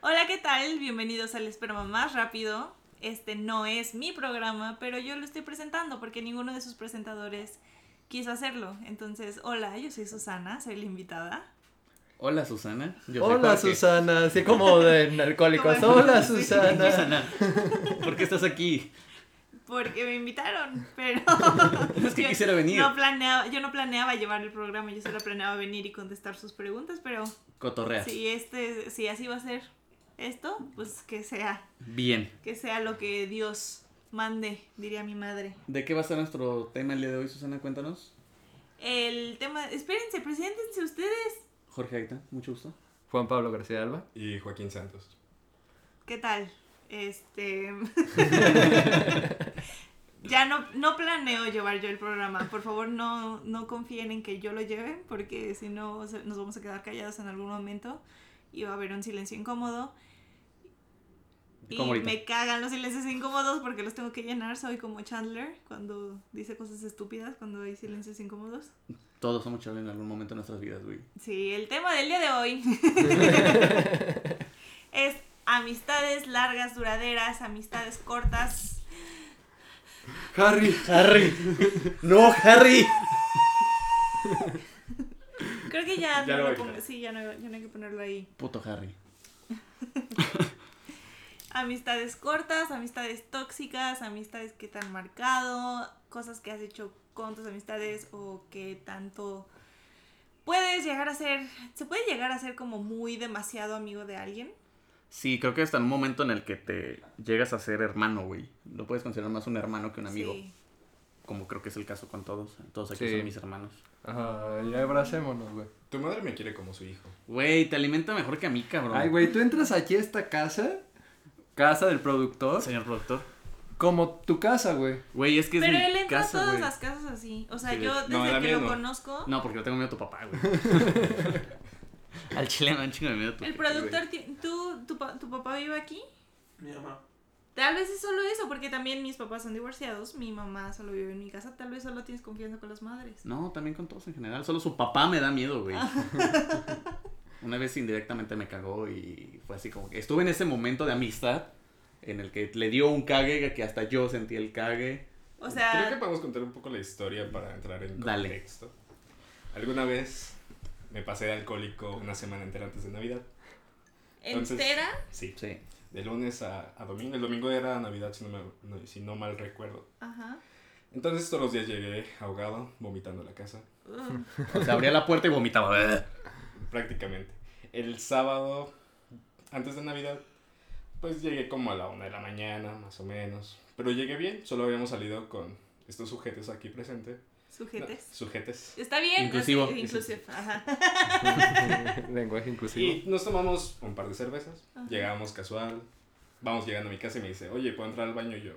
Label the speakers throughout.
Speaker 1: Hola, ¿qué tal? Bienvenidos al Esperma Más Rápido. Este no es mi programa, pero yo lo estoy presentando porque ninguno de sus presentadores quiso hacerlo. Entonces, hola, yo soy Susana, soy la invitada.
Speaker 2: Hola Susana. Yo soy
Speaker 3: Hola
Speaker 2: Jorge.
Speaker 3: Susana, así como de narcólicos.
Speaker 1: Como-
Speaker 3: Hola
Speaker 1: Sí.
Speaker 3: Susana.
Speaker 2: Susana. ¿Por qué estás aquí?
Speaker 1: Porque me invitaron, pero...
Speaker 2: Es que
Speaker 1: yo
Speaker 2: quisiera venir.
Speaker 1: No planeaba, yo no planeaba llevar el programa, yo solo planeaba venir y contestar sus preguntas, pero
Speaker 2: Cotorreas.
Speaker 1: si, este, si así va a ser esto, pues que sea,
Speaker 2: Bien.
Speaker 1: que sea lo que Dios mande, diría mi madre.
Speaker 2: ¿De qué va a ser nuestro tema el día de hoy, Susana? Cuéntanos.
Speaker 1: El tema, espérense, preséntense ustedes.
Speaker 2: Jorge Aita, mucho gusto.
Speaker 3: Juan Pablo García Alba.
Speaker 4: Y Joaquín Santos.
Speaker 1: ¿Qué tal? Este. ya no, no planeo llevar yo el programa. Por favor, no, no confíen en que yo lo lleve, porque si no se- nos vamos a quedar callados en algún momento y va a haber un silencio incómodo. Y
Speaker 2: Como ahorita.
Speaker 1: me cagan los silencios incómodos porque los tengo que llenar. Soy como Chandler cuando dice cosas estúpidas, cuando hay silencios incómodos.
Speaker 2: Todos somos chavales en algún momento de nuestras vidas, güey.
Speaker 1: Sí, el tema del día de hoy es amistades largas, duraderas, amistades cortas.
Speaker 3: Harry.
Speaker 2: Harry. No, Harry.
Speaker 1: Creo que ya, no
Speaker 4: Ya lo
Speaker 1: lo
Speaker 4: voy a
Speaker 1: pongo-
Speaker 4: quitar.
Speaker 1: sí, ya no, ya no hay que ponerlo ahí.
Speaker 2: Puto Harry.
Speaker 1: Amistades cortas, amistades tóxicas, amistades que te han marcado, cosas que has hecho con tus amistades o que tanto puedes llegar a ser, se puede llegar a ser como muy demasiado amigo de alguien.
Speaker 2: Sí, creo que hasta en un momento en el que te llegas a ser hermano, güey. Lo puedes considerar más un hermano que un amigo.
Speaker 1: Sí.
Speaker 2: Como creo que es el caso con todos. Todos aquí
Speaker 3: Sí.
Speaker 2: son mis hermanos.
Speaker 3: Ajá, y abracémonos, güey.
Speaker 4: Tu madre me quiere como su hijo.
Speaker 2: Güey, te alimenta mejor que a mí, cabrón.
Speaker 3: Ay, güey, tú entras aquí a esta casa, casa del productor,
Speaker 2: Señor productor.
Speaker 3: como tu casa, güey.
Speaker 2: Güey, es que
Speaker 1: Pero
Speaker 2: es mi
Speaker 1: él entra
Speaker 2: casa,
Speaker 1: a todas
Speaker 2: güey.
Speaker 1: las casas así. O sea,
Speaker 2: Sí,
Speaker 1: yo
Speaker 2: de-
Speaker 1: desde
Speaker 4: no, da
Speaker 1: que lo
Speaker 4: miedo.
Speaker 1: conozco.
Speaker 2: No, porque yo tengo miedo a tu papá, güey. Al chile me dan chingo de miedo a tu
Speaker 1: El
Speaker 2: jefe, güey.
Speaker 1: productor, ti- ¿tú, tu, pa- tu papá vive aquí?
Speaker 5: Mi mamá.
Speaker 1: Tal vez es solo eso, porque también mis papás son divorciados, mi mamá solo vive en mi casa, tal vez solo tienes confianza con las madres.
Speaker 2: No, también con todos en general. Solo su papá me da miedo, güey. Una vez indirectamente me cagó y fue así como que estuve en ese momento de amistad en el que le dio un cague que hasta yo sentí el cague.
Speaker 1: O
Speaker 4: Creo que
Speaker 1: sea,
Speaker 4: podemos contar un poco la historia para entrar en
Speaker 2: Dale.
Speaker 4: contexto. Alguna vez me pasé de alcohólico una semana entera antes de Navidad. entonces-
Speaker 1: entera,
Speaker 4: Sí.
Speaker 2: Sí.
Speaker 4: De lunes a, a domingo. El domingo era Navidad, si no, me- no- si no mal recuerdo.
Speaker 1: ajá.
Speaker 4: Entonces todos los días llegué ahogado, vomitando a la casa,
Speaker 1: Ugh.
Speaker 2: O sea, abría la puerta y vomitaba.
Speaker 4: prácticamente. El sábado, antes de Navidad, pues llegué como a la una de la mañana, más o menos. Pero llegué bien, solo habíamos salido con estos sujetos aquí presentes.
Speaker 1: Sujetes.
Speaker 4: Sujetes.
Speaker 1: Está bien,
Speaker 2: Inclusivo.
Speaker 1: así- inclusive, ajá.
Speaker 3: Lenguaje inclusivo.
Speaker 4: Y nos tomamos un par de cervezas,
Speaker 1: Ajá.
Speaker 4: llegábamos casual, vamos llegando a mi casa y me dice, oye, ¿puedo entrar al baño? Y yo,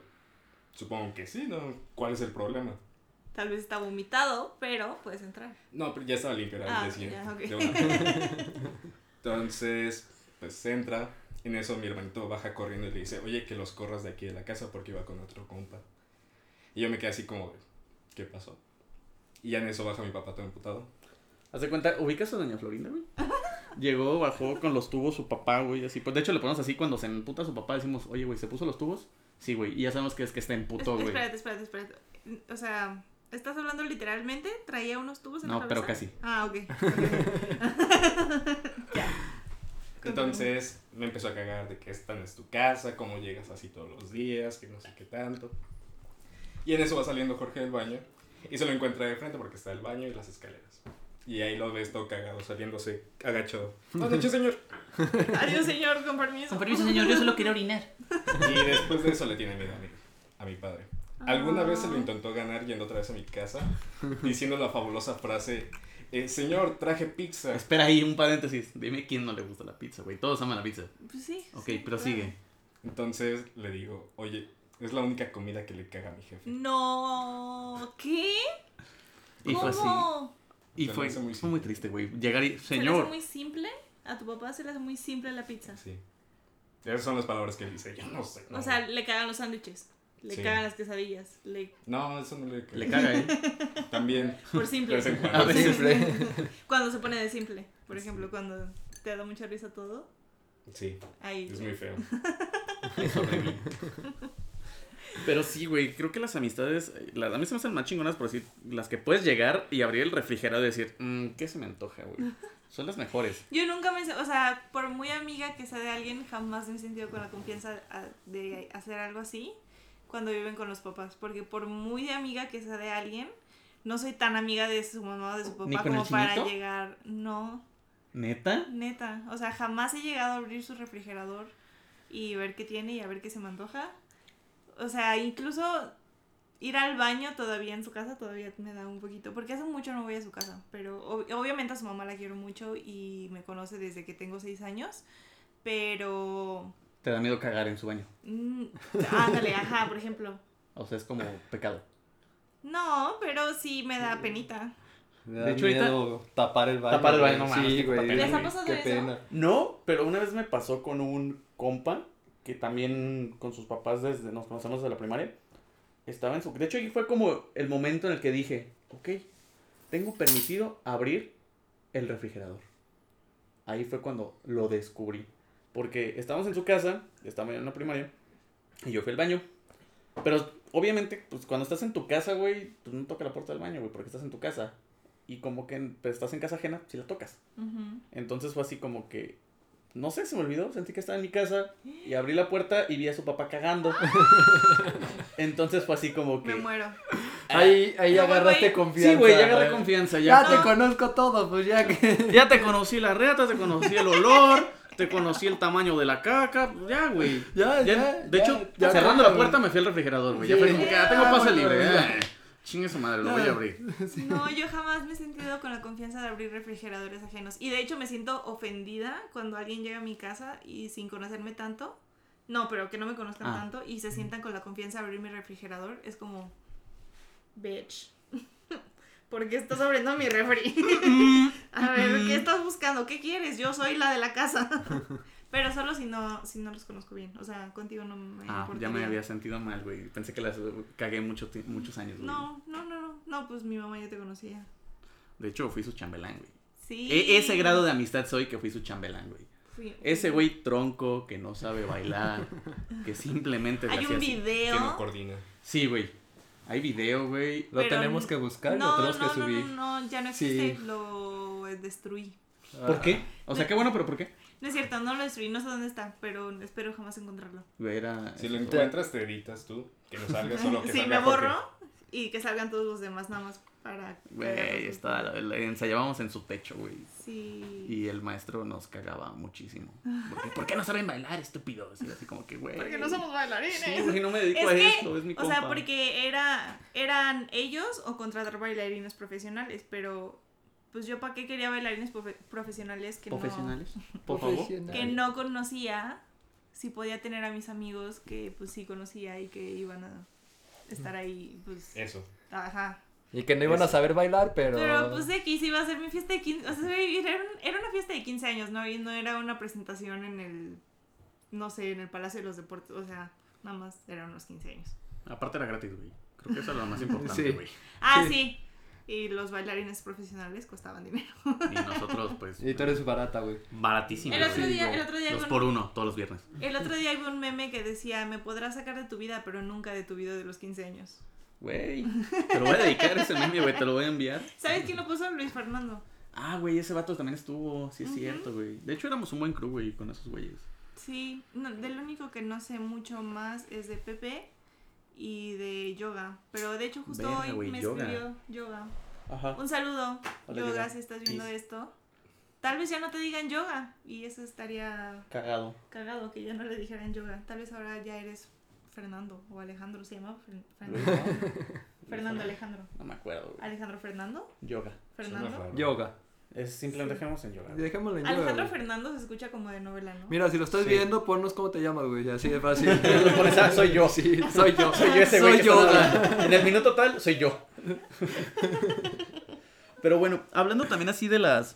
Speaker 4: supongo que sí, ¿no? ¿Cuál es el problema?
Speaker 1: Tal vez está vomitado, pero puedes entrar.
Speaker 4: No, pero ya estaba limpio, era el
Speaker 1: Ah,
Speaker 4: día
Speaker 1: ok,
Speaker 4: siguiente,
Speaker 1: ya, ok.
Speaker 4: de una. Entonces, pues entra, en eso mi hermanito baja corriendo y le dice, oye, que los corras de aquí de la casa porque iba con otro compa. Y yo me quedé así como, ¿qué pasó? Y ya en eso baja mi papá todo emputado.
Speaker 2: Haz de cuenta, ubicas a Doña Florinda, güey. Llegó, bajó con los tubos su papá, güey, así. Pues de hecho le ponemos así cuando se emputa su papá, decimos, oye, güey, ¿se puso los tubos? Sí, güey. Y ya sabemos que es que está en puto,
Speaker 1: Es-
Speaker 2: güey.
Speaker 1: espérate, espérate, espérate. O sea, ¿estás hablando literalmente? ¿Traía unos tubos en la
Speaker 2: No,
Speaker 1: cabeza?
Speaker 2: pero casi.
Speaker 1: Ah, ok.
Speaker 4: Entonces me empezó a cagar de que esta no es tu casa, cómo llegas así todos los días, que no sé qué tanto. Y en eso va saliendo Jorge del baño y se lo encuentra de frente porque está el baño y las escaleras. Y ahí lo ves todo cagado, saliéndose agachado. Buenas noches, señor.
Speaker 1: Adiós, señor, con permiso.
Speaker 2: señor, yo solo quería orinar.
Speaker 4: Y después de eso le tiene miedo a mi, a mi padre. Alguna vez se lo intentó ganar yendo otra vez a mi casa diciendo la fabulosa frase, "Eh, señor, traje pizza.
Speaker 2: Espera ahí un paréntesis. Dime quién no le gusta la pizza, güey. Todos aman la pizza.
Speaker 1: Pues sí.
Speaker 2: Ok,
Speaker 1: sí,
Speaker 2: pero
Speaker 1: claro.
Speaker 2: sigue.
Speaker 4: Entonces le digo, oye, es la única comida que le caga a mi jefe.
Speaker 1: No, ¿qué?
Speaker 2: Y fue así.
Speaker 1: ¿Cómo?
Speaker 2: Y
Speaker 4: Se me
Speaker 2: fue,
Speaker 4: hizo muy
Speaker 2: fue muy triste, güey. Llegar y.
Speaker 1: ¿Se le hace
Speaker 2: Señor.
Speaker 1: muy simple? A tu papá se le hace muy simple la pizza.
Speaker 4: Sí. Esas son las palabras que él dice. Yo no sé. no.
Speaker 1: O sea, le cagan los sándwiches, le
Speaker 4: Sí.
Speaker 1: cagan las quesadillas, le...
Speaker 4: No, eso no le,
Speaker 2: Le caga, ¿eh?
Speaker 4: También.
Speaker 1: por
Speaker 4: De
Speaker 1: simple.
Speaker 4: vez en
Speaker 2: A
Speaker 4: cuando.
Speaker 2: veces.
Speaker 1: cuando se pone de simple, por ejemplo, cuando te da mucha risa todo.
Speaker 4: Sí,
Speaker 1: Ahí.
Speaker 4: es muy feo.
Speaker 2: Es horrible. Pero sí, güey, creo que las amistades, eh, las, a mí se me hacen más chingonas por decir, las que puedes llegar y abrir el refrigerador y decir, "Mm, ¿qué se me antoja, güey? Son las mejores.
Speaker 1: Yo nunca me, o sea, por muy amiga que sea de alguien, jamás me he sentido con la confianza a- de hacer algo así cuando viven con los papás, porque por muy de amiga que sea de alguien, no soy tan amiga de su mamá o de su
Speaker 2: ¿Ni
Speaker 1: papá
Speaker 2: con el
Speaker 1: como para
Speaker 2: chinito?
Speaker 1: llegar, no,
Speaker 2: ¿Neta?
Speaker 1: neta, o sea, jamás he llegado a abrir su refrigerador y ver qué tiene y a ver qué se me antoja. O sea, incluso ir al baño todavía en su casa todavía me da un poquito, porque hace mucho no voy a su casa, pero ob- obviamente a su mamá la quiero mucho y me conoce desde que tengo seis años, pero...
Speaker 2: Te da miedo cagar en su baño.
Speaker 1: mm, ándale, ajá, por ejemplo.
Speaker 2: O sea, es como pecado.
Speaker 1: No, pero sí me da penita.
Speaker 3: Me
Speaker 2: De
Speaker 3: da
Speaker 2: hecho, ahorita-
Speaker 3: miedo tapar el baño.
Speaker 2: Tapar el baño,
Speaker 3: güey.
Speaker 2: no mames,
Speaker 3: Sí,
Speaker 2: qué
Speaker 3: güey.
Speaker 2: pena.
Speaker 1: ¿Les ha pasado
Speaker 3: qué
Speaker 1: eso?
Speaker 3: pena.
Speaker 2: No, pero una vez me pasó con un compa que también con sus papás desde nos conocemos desde la primaria. Estaba en su. De hecho, ahí fue como el momento en el que dije: Ok, tengo permitido abrir el refrigerador. Ahí fue cuando lo descubrí. Porque estábamos en su casa, estábamos en la primaria, y yo fui al baño. Pero obviamente, pues cuando estás en tu casa, güey, pues no toca la puerta del baño, güey, porque estás en tu casa. Y como que pues, estás en casa ajena, si la tocas.
Speaker 1: Ujú.
Speaker 2: Entonces fue así como que, no sé, se me olvidó, sentí que estaba en mi casa y abrí la puerta y vi a su papá cagando. Entonces fue así como
Speaker 1: Me
Speaker 2: que...
Speaker 1: muero.
Speaker 3: Ah. Ahí, ahí
Speaker 1: No,
Speaker 3: agarraste
Speaker 1: güey.
Speaker 3: confianza.
Speaker 2: Sí, güey, ya agarré
Speaker 3: güey.
Speaker 2: confianza,
Speaker 3: Ya
Speaker 2: ya.
Speaker 1: Ah.
Speaker 3: te conozco todo, pues ya que.
Speaker 2: Ya te conocí la reta, te conocí el olor, te conocí el tamaño de la caca, pues ya, güey. Ya,
Speaker 3: Ya, ya.
Speaker 2: de
Speaker 3: ya,
Speaker 2: hecho,
Speaker 3: ya
Speaker 2: cerrando
Speaker 3: como-
Speaker 2: la puerta me fui al refrigerador, güey. Ya
Speaker 3: Sí.
Speaker 2: fue como que, ah, tengo
Speaker 3: Ah,
Speaker 2: pase
Speaker 3: bueno,
Speaker 2: libre.
Speaker 3: ya.
Speaker 2: eh. Chingue su
Speaker 1: Ah.
Speaker 2: madre, lo voy a
Speaker 3: Ya.
Speaker 2: abrir.
Speaker 1: No, yo jamás me he sentido con la confianza de abrir refrigeradores ajenos. Y de hecho me siento ofendida cuando alguien llega a mi casa y sin conocerme tanto. No, pero que no me conozcan
Speaker 2: Ah.
Speaker 1: tanto y se sientan con la confianza de abrir mi refrigerador. Es como, bitch. Porque estás abriendo mi refri. A ver, ¿qué estás buscando? ¿Qué quieres? Yo soy la de la casa. Pero solo si no, si no los conozco bien. O sea, contigo no me
Speaker 2: Ah,
Speaker 1: importaría.
Speaker 2: ya me había sentido mal, güey. Pensé que las eh, cagué mucho ti- muchos años, güey.
Speaker 1: No, no, no, no. No, pues mi mamá ya te conocía.
Speaker 2: De hecho, fui su chambelán, güey.
Speaker 1: Sí.
Speaker 2: E- ese grado de amistad soy que fui su chambelán, güey.
Speaker 1: Fui-
Speaker 2: Ese güey tronco que no sabe bailar, que simplemente le
Speaker 1: Hay
Speaker 2: hacía
Speaker 1: un
Speaker 2: así.
Speaker 1: video.
Speaker 4: Que no coordina.
Speaker 2: Sí, güey. Hay video, güey.
Speaker 3: Lo
Speaker 1: Pero
Speaker 3: tenemos
Speaker 1: n-
Speaker 3: que buscar,
Speaker 1: no,
Speaker 3: lo tenemos
Speaker 1: no,
Speaker 3: que
Speaker 1: no,
Speaker 3: subir.
Speaker 1: No, no, ya no
Speaker 3: Sí.
Speaker 1: existe. Lo eh, destruí.
Speaker 2: ¿Por qué? O sea, qué bueno, pero ¿por qué?
Speaker 1: No es cierto, no lo destruí. No sé dónde está, pero espero jamás encontrarlo.
Speaker 2: Güey, era...
Speaker 4: Si lo encuentras, te editas tú. Que no salga solo que
Speaker 1: Sí, me
Speaker 4: salga
Speaker 1: borro
Speaker 4: Jorge.
Speaker 1: y que salgan todos los demás nada más para.
Speaker 2: Güey, estaba... la- la- Ensayábamos en su techo, güey.
Speaker 1: Sí.
Speaker 2: Y el maestro nos cagaba muchísimo. Porque, ¿Por qué no saben bailar, estúpidos? Y así como que, güey...
Speaker 1: Porque no somos bailarines.
Speaker 2: Sí, güey, no me dedico
Speaker 1: Es
Speaker 2: a
Speaker 1: que,
Speaker 2: esto, es mi
Speaker 1: o sea,
Speaker 2: compa.
Speaker 1: porque era, eran ellos o contratar bailarines profesionales, pero pues yo para qué quería bailarines profe- profesionales que no
Speaker 2: ¿Profesionales? Por favor.
Speaker 1: que no conocía, si podía tener a mis amigos que pues sí conocía y que iban a estar ahí, pues,
Speaker 4: Eso.
Speaker 1: ajá.
Speaker 3: Y que no iban a
Speaker 4: Eso.
Speaker 3: saber bailar, pero.
Speaker 1: Pero pues X iba a ser mi fiesta de 15, o sea, era, un- era una fiesta de 15 años, ¿no? Y no era una presentación en el, no sé, en el Palacio de los Deportes, o sea, nada más eran unos 15 años.
Speaker 2: Aparte era gratis, güey. Creo que eso es lo más importante,
Speaker 3: Sí.
Speaker 2: güey.
Speaker 1: Ah,
Speaker 3: Sí.
Speaker 1: sí. Y los bailarines profesionales costaban dinero.
Speaker 2: Y nosotros, pues...
Speaker 3: Y tú eres barata, güey.
Speaker 2: Baratísimo.
Speaker 1: El otro
Speaker 2: güey.
Speaker 1: día, el otro día,
Speaker 2: Dos
Speaker 1: con-
Speaker 2: por uno, todos los viernes.
Speaker 1: el otro día vi un meme que decía, me podrás sacar de tu vida, pero nunca de tu vida de los 15 años.
Speaker 2: Güey, te lo voy a dedicar ese meme, güey, te lo voy a enviar.
Speaker 1: ¿Sabes quién lo puso? Luis Fernando.
Speaker 2: Ah, güey, ese vato también estuvo, sí es
Speaker 1: Ujú.
Speaker 2: cierto, güey. De hecho, éramos un buen crew, güey, con esos güeyes.
Speaker 1: Sí, no, del único que no sé mucho más es de Pepe y de yoga. Pero de hecho justo
Speaker 2: Verga,
Speaker 1: hoy
Speaker 2: güey,
Speaker 1: me
Speaker 2: yoga.
Speaker 1: escribió yoga.
Speaker 2: Ajá.
Speaker 1: Un saludo,
Speaker 2: Hola,
Speaker 1: yoga,
Speaker 2: Yoga.
Speaker 1: si estás viendo
Speaker 2: Peace.
Speaker 1: esto. Tal vez ya no te digan yoga y eso estaría
Speaker 2: Cagado.
Speaker 1: cagado que ya no le dijeran yoga. Tal vez ahora ya eres Fernando o Alejandro, ¿se llama? Fer-
Speaker 2: Luis,
Speaker 1: Fernando.
Speaker 2: ¿no?
Speaker 1: Fernando,
Speaker 2: Luis,
Speaker 1: Alejandro.
Speaker 2: No me acuerdo, güey.
Speaker 1: Alejandro Fernando.
Speaker 2: Yoga.
Speaker 4: Suena
Speaker 1: Fernando.
Speaker 4: raro.
Speaker 3: Yoga.
Speaker 2: Es simplemente dejamos en yoga. güey.
Speaker 3: Dejémoslo en yoga.
Speaker 1: Alejandro
Speaker 3: güey.
Speaker 1: Fernando se escucha como de novela, ¿no?
Speaker 3: Mira, si lo estás
Speaker 2: Sí.
Speaker 3: viendo, ponnos cómo te llamas, güey. Así de fácil.
Speaker 2: Por esa soy yo.
Speaker 3: Sí, soy yo.
Speaker 2: Soy yo ese güey.
Speaker 3: Soy
Speaker 2: que están
Speaker 3: yoga.
Speaker 2: hablando. En el minuto tal, soy yo. Pero bueno, hablando también así de las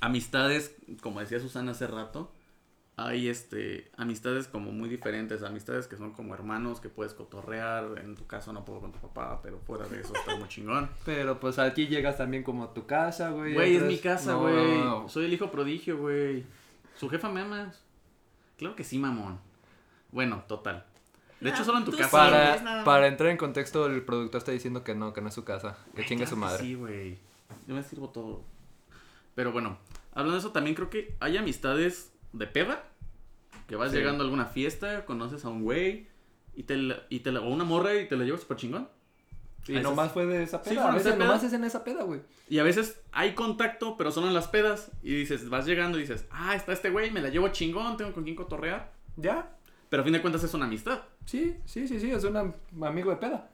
Speaker 2: amistades, como decía Susana hace rato, hay este amistades como muy diferentes, amistades que son como hermanos que puedes cotorrear, en tu caso no puedo con tu papá, pero fuera de eso está muy chingón.
Speaker 3: Pero pues aquí llegas también como a tu casa, güey.
Speaker 2: Güey, es
Speaker 3: entras-
Speaker 2: mi casa,
Speaker 3: No,
Speaker 2: güey.
Speaker 3: no, no.
Speaker 2: Soy el hijo prodigio, güey. Su jefa me ama. Claro que sí, mamón. Bueno, total. De hecho, solo en tu
Speaker 1: Tú
Speaker 2: casa.
Speaker 1: sí.
Speaker 2: güey.
Speaker 1: no es nada
Speaker 3: Para,
Speaker 1: más.
Speaker 3: para entrar en contexto, el productor está diciendo que no, que no es su casa. Que
Speaker 2: Ay,
Speaker 3: chingue
Speaker 2: claro
Speaker 3: su
Speaker 2: que
Speaker 3: madre.
Speaker 2: Sí, güey. Yo me sirvo todo. Pero bueno, hablando de eso, también creo que hay amistades de peda. Que vas
Speaker 3: Sí.
Speaker 2: llegando a alguna fiesta, conoces a un güey. Y te, la- y te la- o una morra y te la llevas súper chingón.
Speaker 3: Y
Speaker 2: Esas-
Speaker 3: nomás fue de esa
Speaker 2: Sí,
Speaker 3: peda.
Speaker 2: fueron
Speaker 3: a
Speaker 2: esa
Speaker 3: veces
Speaker 2: peda.
Speaker 3: nomás es en esa peda, güey.
Speaker 2: Y a veces hay contacto, pero solo en las pedas. Y dices, vas llegando y dices, ah, está este güey, me la llevo chingón, tengo con quién cotorrear.
Speaker 3: ¿Ya?
Speaker 2: Pero a fin de cuentas es una amistad,
Speaker 3: Sí, sí, sí, sí. Es un am- amigo de peda.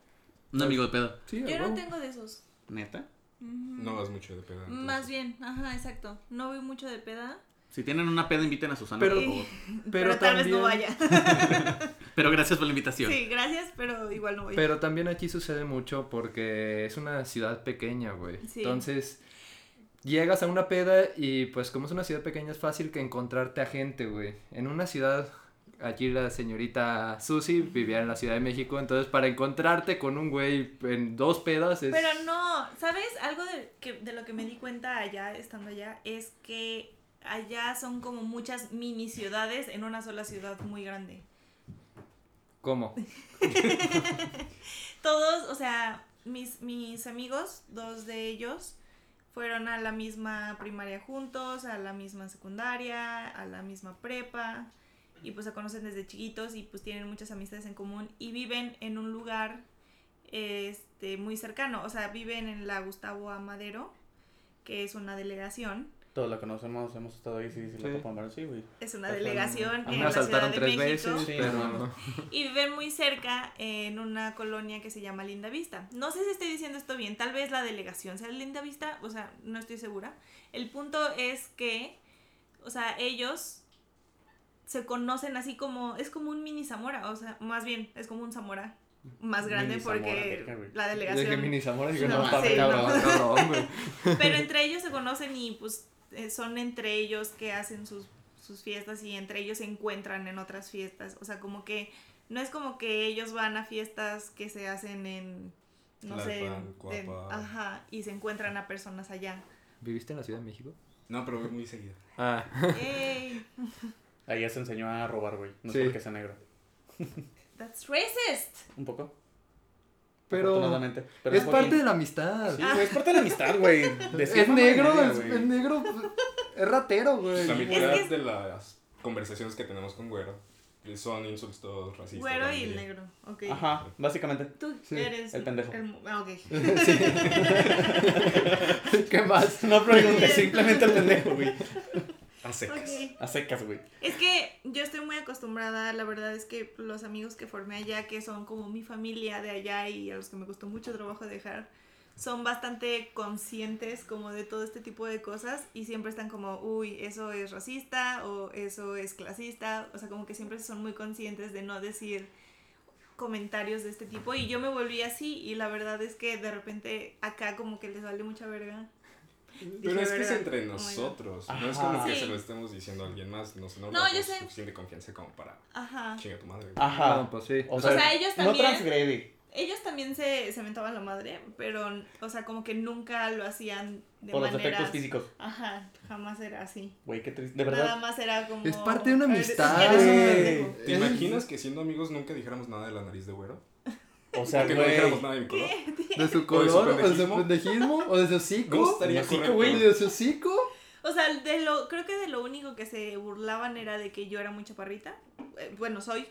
Speaker 2: un amigo de peda.
Speaker 3: Sí, a
Speaker 1: Yo no
Speaker 3: huevo.
Speaker 1: tengo de esos.
Speaker 2: ¿Neta?
Speaker 1: Ujú.
Speaker 4: No vas mucho de pedo. entonces.
Speaker 1: Más bien, ajá, exacto. No voy mucho de peda,
Speaker 2: Si tienen una peda, inviten a Susana,
Speaker 3: Pero-
Speaker 2: por favor.
Speaker 1: pero, tal vez no vaya.
Speaker 2: Pero gracias por la invitación.
Speaker 1: Sí, gracias, pero igual no voy.
Speaker 3: Pero también aquí sucede mucho porque es una ciudad pequeña, güey.
Speaker 1: Sí.
Speaker 3: Entonces, llegas a una peda y pues como es una ciudad pequeña es fácil que encontrarte a gente, güey. En una ciudad, aquí la señorita Susi vivía en la Ciudad de México, entonces para encontrarte con un güey en dos pedas es...
Speaker 1: Pero no, ¿sabes? Algo de, que, de lo que me di cuenta allá, estando allá, es que allá son como muchas mini ciudades en una sola ciudad muy grande.
Speaker 3: ¿Cómo?
Speaker 1: Todos, o sea, mis, mis amigos, dos de ellos, fueron a la misma primaria juntos, a la misma secundaria, a la misma prepa, y pues se conocen desde chiquitos y pues tienen muchas amistades en común y viven en un lugar este, muy cercano, o sea, viven en la Gustavo Amadero, que es una delegación.
Speaker 2: Todos la conocemos, hemos estado ahí, sí, sí,
Speaker 3: la Sí.
Speaker 2: topan, sí, güey.
Speaker 1: Es una
Speaker 2: Ajá.
Speaker 1: delegación
Speaker 2: A mí
Speaker 1: en
Speaker 3: Me
Speaker 1: la Ciudad
Speaker 3: asaltaron
Speaker 1: de
Speaker 3: tres
Speaker 1: México.
Speaker 3: veces,
Speaker 2: Sí, no,
Speaker 3: pero...
Speaker 2: no.
Speaker 1: Y viven muy cerca en una colonia que se llama Linda Vista. No sé si estoy diciendo esto bien, tal vez la delegación sea de Linda Vista, o sea, no estoy segura. El punto es que, o sea, ellos se conocen así como, es como un mini Zamora, o sea, más bien, es como un Zamora más grande
Speaker 2: Mini Zamora,
Speaker 1: porque
Speaker 2: verga, güey.
Speaker 1: la
Speaker 3: Yo dije
Speaker 1: delegación...
Speaker 3: mini Zamora, dije,
Speaker 1: No,
Speaker 3: no, está
Speaker 1: sí,
Speaker 3: cabrón,
Speaker 1: no.
Speaker 3: cabrón, güey.
Speaker 1: Pero entre ellos se conocen y pues eh, son entre ellos que hacen sus, sus fiestas y entre ellos se encuentran en otras fiestas. O sea, como que no es como que ellos van a fiestas que se hacen en, no sé, en-
Speaker 4: Tlalpan, Cuapa.
Speaker 1: en- ajá, y se encuentran a personas allá.
Speaker 3: ¿Viviste en la Ciudad de México?
Speaker 4: No, pero voy muy seguido.
Speaker 3: Ah,
Speaker 1: ¡Ey!
Speaker 2: Ahí ya se enseñó a robar, güey. No
Speaker 3: Sí.
Speaker 2: sé por qué sea negro.
Speaker 1: ¡That's racist!
Speaker 2: Un poco.
Speaker 3: pero...
Speaker 2: afortunadamente. Pero
Speaker 3: es
Speaker 2: un
Speaker 3: parte
Speaker 2: poquito.
Speaker 3: de la amistad.
Speaker 2: Sí, güey, es parte de la amistad, güey. Decir
Speaker 3: es
Speaker 2: mamá
Speaker 3: negro,
Speaker 2: media,
Speaker 3: es,
Speaker 2: güey.
Speaker 3: es negro, pues, es ratero, güey.
Speaker 4: Pues La mitad
Speaker 1: que es-
Speaker 4: de las conversaciones que tenemos con Güero son insultos racistas.
Speaker 1: Güero y
Speaker 4: también.
Speaker 1: el negro, ok.
Speaker 2: Ajá, básicamente.
Speaker 1: Tú
Speaker 3: Sí,
Speaker 1: eres...
Speaker 2: el pendejo.
Speaker 1: el- ah, ok.
Speaker 3: ¿Qué más?
Speaker 2: No preguntes, simplemente el pendejo, güey.
Speaker 4: A secas.
Speaker 1: Ok.
Speaker 2: A secas, güey.
Speaker 1: Es que yo estoy muy acostumbrada, la verdad es que los amigos que formé allá, que son como mi familia de allá y a los que me costó mucho trabajo dejar, son bastante conscientes como de todo este tipo de cosas y siempre están como, uy, eso es racista o eso es clasista, o sea, como que siempre son muy conscientes de no decir comentarios de este tipo y yo me volví así y la verdad es que de repente acá como que les vale mucha verga.
Speaker 4: Pero
Speaker 1: Dije,
Speaker 4: es que es
Speaker 1: "Verga,
Speaker 4: entre
Speaker 1: oh my God".
Speaker 4: nosotros. No es
Speaker 2: Ajá.
Speaker 4: como que
Speaker 1: Sí.
Speaker 4: se lo estemos diciendo a alguien más. No, no,
Speaker 1: No,
Speaker 4: nos
Speaker 1: yo
Speaker 4: da
Speaker 1: sé. Ah.
Speaker 4: suficiente confianza como para
Speaker 1: Ajá.
Speaker 4: chinga tu madre. güey.
Speaker 2: Ajá.
Speaker 3: No, pues sí.
Speaker 2: O
Speaker 1: O
Speaker 2: sea,
Speaker 1: sea, ellos
Speaker 2: no
Speaker 1: también...
Speaker 2: transgrede.
Speaker 1: Ellos también se, se mentaban la madre, pero, o sea, como que nunca lo hacían de
Speaker 2: Por los
Speaker 1: maneras...
Speaker 2: efectos físicos.
Speaker 1: Ajá, jamás era así.
Speaker 2: Güey, qué triste. De
Speaker 1: Nada
Speaker 2: verdad.
Speaker 1: más era como...
Speaker 3: Es parte de una
Speaker 1: "Eres-
Speaker 3: amistad,
Speaker 1: eres un
Speaker 3: güey".
Speaker 1: pendejo".
Speaker 4: ¿Te
Speaker 3: Es-
Speaker 4: imaginas que siendo amigos nunca dijéramos nada de la nariz de Güero?
Speaker 2: O sea,
Speaker 4: que no
Speaker 2: güey.
Speaker 4: dijéramos nada de mi color.
Speaker 3: ¿De su
Speaker 4: ¿O de su
Speaker 3: color? ¿O de su
Speaker 4: pendejismo?
Speaker 3: pendejismo? ¿O de su hocico?
Speaker 4: No estaría
Speaker 2: Hocico,
Speaker 4: correcto.
Speaker 2: güey.
Speaker 3: ¿De su hocico?
Speaker 1: O sea, de lo, creo que de lo único que se burlaban era de que yo era muy chaparrita. Eh, bueno, soy.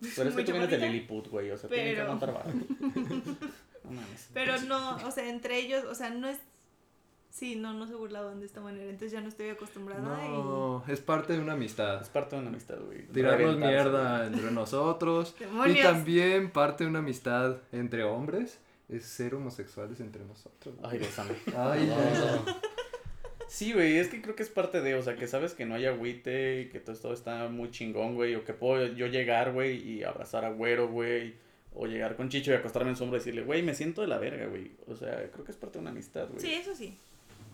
Speaker 2: Pero es que
Speaker 1: muy
Speaker 2: tú vienes de
Speaker 1: chaparrita.
Speaker 2: Lilliput, güey. O sea, tienen que
Speaker 1: Pero-
Speaker 2: aguantar vara. No mames.
Speaker 1: Pero no, o sea, entre ellos, o sea, no es... Sí, no, no se burlaban de esta manera, entonces ya no estoy acostumbrada
Speaker 3: No, es parte de una amistad.
Speaker 2: Es parte de una amistad, güey.
Speaker 3: Tirarnos
Speaker 2: Reventarse.
Speaker 3: mierda entre nosotros.
Speaker 1: Demonios.
Speaker 3: Y también parte de una amistad entre hombres es ser homosexuales entre nosotros.
Speaker 2: Ay, bésame.
Speaker 3: Ay,
Speaker 2: No. Sí, güey, es que creo que es parte de, o sea, que sabes que no hay agüite y que todo esto está muy chingón, güey, o que puedo yo llegar, güey, y abrazar a Güero, güey, o llegar con Chicho y acostarme en sombra y decirle, güey, me siento de la verga, güey. O sea, creo que es parte de una amistad,
Speaker 1: y...
Speaker 2: güey.
Speaker 1: Sí, eso sí.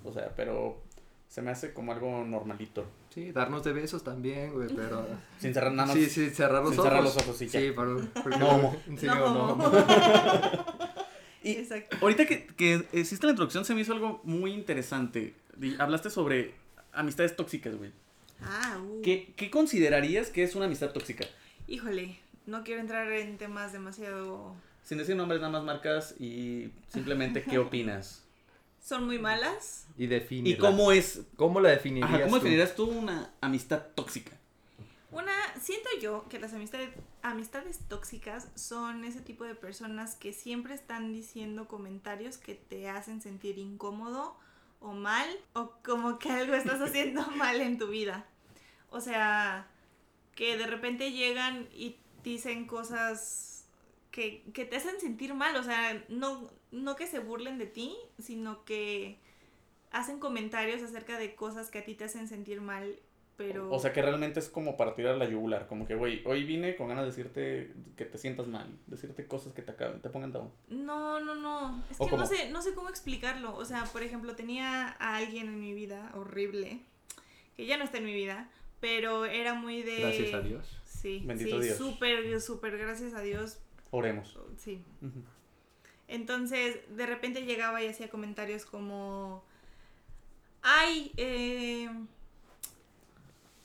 Speaker 2: O sea, pero se me hace como algo normalito.
Speaker 3: Sí, darnos de besos también, güey, pero...
Speaker 2: Sin cerrar nada más.
Speaker 3: Sí, sí, cerrar los
Speaker 2: Sin
Speaker 3: ojos.
Speaker 2: cerrar los ojos, sí, ya.
Speaker 3: Sí, pero... porque-
Speaker 2: No homo.
Speaker 3: Sí,
Speaker 1: no,
Speaker 3: o no.
Speaker 1: homo.
Speaker 2: Y-
Speaker 1: Exacto.
Speaker 2: Ahorita que, que hiciste la introducción se me hizo algo muy interesante. Di- Hablaste sobre amistades tóxicas, güey.
Speaker 1: Ah, uh.
Speaker 2: ¿Qué, qué considerarías que es una amistad tóxica?
Speaker 1: Híjole, no quiero entrar en temas demasiado...
Speaker 2: Sin decir nombres, nada más marcas y simplemente qué opinas.
Speaker 1: Son muy malas.
Speaker 3: Y define.
Speaker 2: ¿Y cómo es?
Speaker 3: ¿Cómo la definirías?
Speaker 2: Ajá, ¿Cómo
Speaker 3: tú?
Speaker 2: definirías tú una amistad tóxica?
Speaker 1: Una, siento yo que las amistades, amistades tóxicas son ese tipo de personas que siempre están diciendo comentarios que te hacen sentir incómodo o mal o como que algo estás haciendo mal en tu vida. O sea, que de repente llegan y dicen cosas que, que te hacen sentir mal. O sea, no, no que se burlen de ti, sino que hacen comentarios acerca de cosas que a ti te hacen sentir mal. Pero...
Speaker 2: O sea, que realmente es como para tirar la yugular. Como que, güey, hoy vine con ganas de decirte que te sientas mal, decirte cosas que te, acaben, te pongan down.
Speaker 1: No, no, no. Es
Speaker 2: ¿O
Speaker 1: que
Speaker 2: cómo?
Speaker 1: no sé, no sé cómo explicarlo. O sea, por ejemplo, tenía a alguien en mi vida horrible, que ya no está en mi vida, pero era muy de...
Speaker 3: Gracias a Dios.
Speaker 1: Sí,
Speaker 2: Bendito
Speaker 1: sí,
Speaker 2: Dios.
Speaker 1: súper, súper gracias a Dios.
Speaker 2: Oremos.
Speaker 1: Sí.
Speaker 2: Ujú.
Speaker 1: Entonces, de repente llegaba y hacía comentarios como, ay, eh,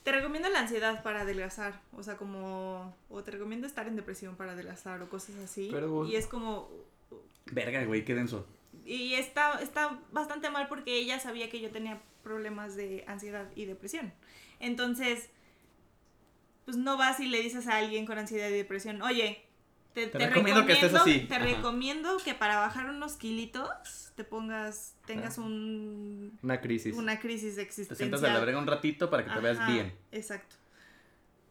Speaker 1: te recomiendo la ansiedad para adelgazar, o sea, como, o te recomiendo estar en depresión para adelgazar o cosas así.
Speaker 3: Pero-
Speaker 1: Y es como,
Speaker 2: Verga, güey, qué denso.
Speaker 1: y está, está bastante mal porque ella sabía que yo tenía problemas de ansiedad y depresión. Entonces, pues no vas y le dices a alguien con ansiedad y depresión, oye, te, te recomiendo,
Speaker 2: recomiendo que estés así".
Speaker 1: Te
Speaker 2: Ajá.
Speaker 1: recomiendo que para bajar unos kilitos te pongas, tengas un,
Speaker 3: Una crisis.
Speaker 1: una crisis
Speaker 2: Te
Speaker 1: existencial.
Speaker 2: sientas a la verga un ratito para que te veas
Speaker 1: Ajá,
Speaker 2: bien.
Speaker 1: Exacto.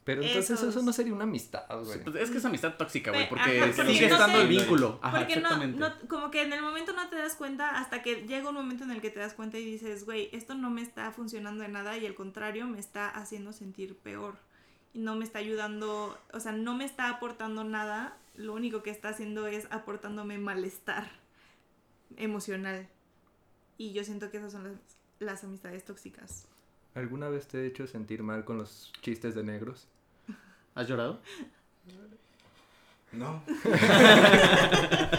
Speaker 3: Pero entonces
Speaker 1: Esos-
Speaker 3: eso no sería una amistad, güey.
Speaker 2: Pues Es que es amistad tóxica, güey,
Speaker 1: Pe-
Speaker 2: porque
Speaker 1: ajá,
Speaker 4: sí,
Speaker 2: sigue
Speaker 4: no
Speaker 2: estando
Speaker 4: sé.
Speaker 2: el vínculo. Ajá,
Speaker 1: Porque no,
Speaker 2: exactamente.
Speaker 1: no- como que en el momento no te das cuenta hasta que llega un momento en el que te das cuenta y dices, güey, esto no me está funcionando de nada y al contrario me está haciendo sentir peor. Y no me está ayudando, o sea, no me está aportando nada, lo único que está haciendo es aportándome malestar emocional. Y yo siento que esas son las, las amistades tóxicas.
Speaker 3: ¿Alguna vez te he hecho sentir mal con los chistes de negros?
Speaker 2: ¿Has llorado?
Speaker 4: No.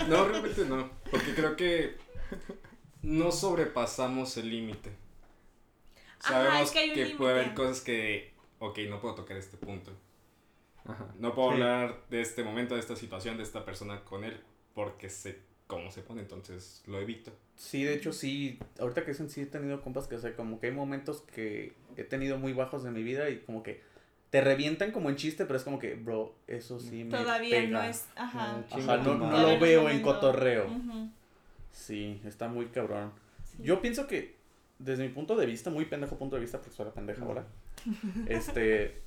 Speaker 4: no, realmente no. Porque creo que no sobrepasamos el límite.
Speaker 1: Ajá,
Speaker 4: Sabemos
Speaker 1: es que hay un límite.
Speaker 4: puede haber cosas que, ok, no puedo tocar este punto.
Speaker 3: Ajá.
Speaker 4: No puedo
Speaker 2: Sí.
Speaker 4: hablar de este momento, de esta situación, de esta persona con él, porque sé cómo se pone, entonces lo evito.
Speaker 2: Sí, de hecho sí, ahorita que dicen sí he tenido compas que, o sea, como que hay momentos que he tenido muy bajos en mi vida y como que te revientan como en chiste, pero es como que, bro, eso sí me
Speaker 1: Todavía no
Speaker 2: pega".
Speaker 1: es, ajá.
Speaker 3: No,
Speaker 2: Ajá, no, no
Speaker 3: Todavía
Speaker 1: Todavía
Speaker 2: lo
Speaker 1: no es
Speaker 2: veo en
Speaker 1: momento.
Speaker 2: cotorreo.
Speaker 1: Ujú,
Speaker 2: Sí, está muy cabrón.
Speaker 1: sí.
Speaker 2: Yo pienso que, desde mi punto de vista, muy pendejo punto de vista, porque soy la pendeja
Speaker 3: Ujú.
Speaker 2: ahora, este,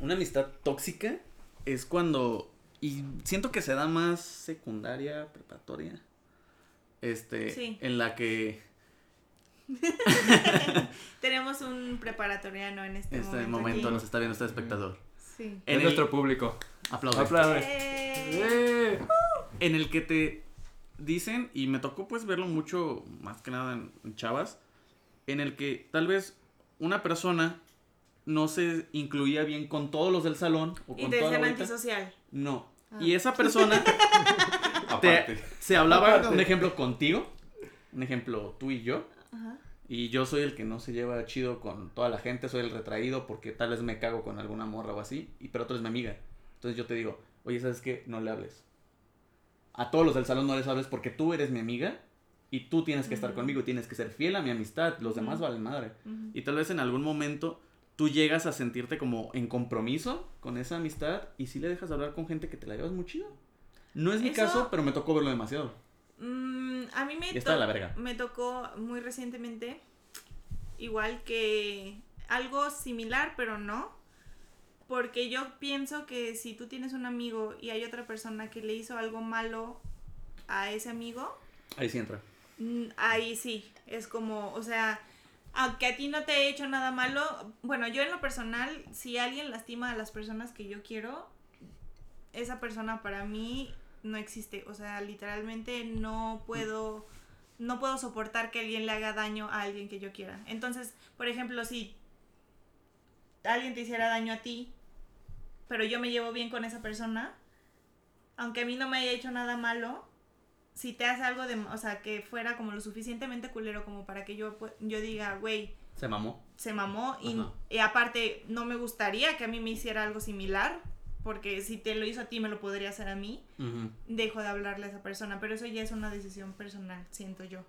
Speaker 2: una amistad tóxica es cuando, y siento que se da más secundaria, preparatoria, este,
Speaker 1: Sí.
Speaker 2: en la que
Speaker 1: Tenemos un preparatoriano en este,
Speaker 2: en este
Speaker 1: momento.
Speaker 2: momento
Speaker 1: aquí.
Speaker 2: nos está viendo este espectador.
Speaker 1: Sí.
Speaker 2: En
Speaker 3: Es
Speaker 2: el-
Speaker 3: nuestro público.
Speaker 2: aplaude.
Speaker 3: Aplausos.
Speaker 1: Eh,
Speaker 2: en el que te dicen, y me tocó pues verlo mucho, más que nada en, en chavas, en el que tal vez una persona no se incluía bien con todos los del salón o
Speaker 1: Y
Speaker 2: con
Speaker 1: te
Speaker 2: toda la
Speaker 1: decían
Speaker 2: bolita.
Speaker 1: antisocial.
Speaker 2: No.
Speaker 1: Ah.
Speaker 2: Y esa persona
Speaker 4: Aparte.
Speaker 2: te, se hablaba,
Speaker 3: Aparte.
Speaker 2: un ejemplo, contigo, un ejemplo, tú y yo,
Speaker 1: Ajá.
Speaker 2: y yo soy el que no se lleva chido con toda la gente, soy el retraído porque tal vez me cago con alguna morra o así, y pero tú eres mi amiga. Entonces yo te digo, oye, ¿sabes qué? No le hables. A todos los del salón no les hables porque tú eres mi amiga y tú tienes que estar
Speaker 1: Ujú.
Speaker 2: conmigo y tienes que ser fiel a mi amistad, los demás
Speaker 1: Ujú.
Speaker 2: valen madre.
Speaker 1: Ujú.
Speaker 2: Y tal vez en algún momento tú llegas a sentirte como en compromiso con esa amistad y si le dejas de hablar con gente que te la llevas muy chido. No es mi
Speaker 1: Eso-
Speaker 2: caso, pero me tocó verlo demasiado.
Speaker 1: Mm, a mí me,
Speaker 2: Y está de
Speaker 1: to-
Speaker 2: la verga.
Speaker 1: me tocó muy recientemente, igual que algo similar, pero no. Porque yo pienso que si tú tienes un amigo y hay otra persona que le hizo algo malo a ese amigo,
Speaker 2: Ahí sí entra.
Speaker 1: Mm, Ahí sí, es como, o sea, aunque a ti no te he hecho nada malo, bueno, yo en lo personal, si alguien lastima a las personas que yo quiero, esa persona para mí no existe, o sea, literalmente no puedo no puedo soportar que alguien le haga daño a alguien que yo quiera. Entonces, por ejemplo, si alguien te hiciera daño a ti, pero yo me llevo bien con esa persona, aunque a mí no me haya hecho nada malo, si te hace algo de, o sea, que fuera como lo suficientemente culero como para que yo, pu- yo diga, güey,
Speaker 2: Se mamó.
Speaker 1: se mamó y,
Speaker 2: Ajá.
Speaker 1: y aparte no me gustaría que a mí me hiciera algo similar, porque si te lo hizo a ti me lo podría hacer a mí,
Speaker 2: Ujú.
Speaker 1: dejo de hablarle a esa persona, pero eso ya es una decisión personal, siento yo.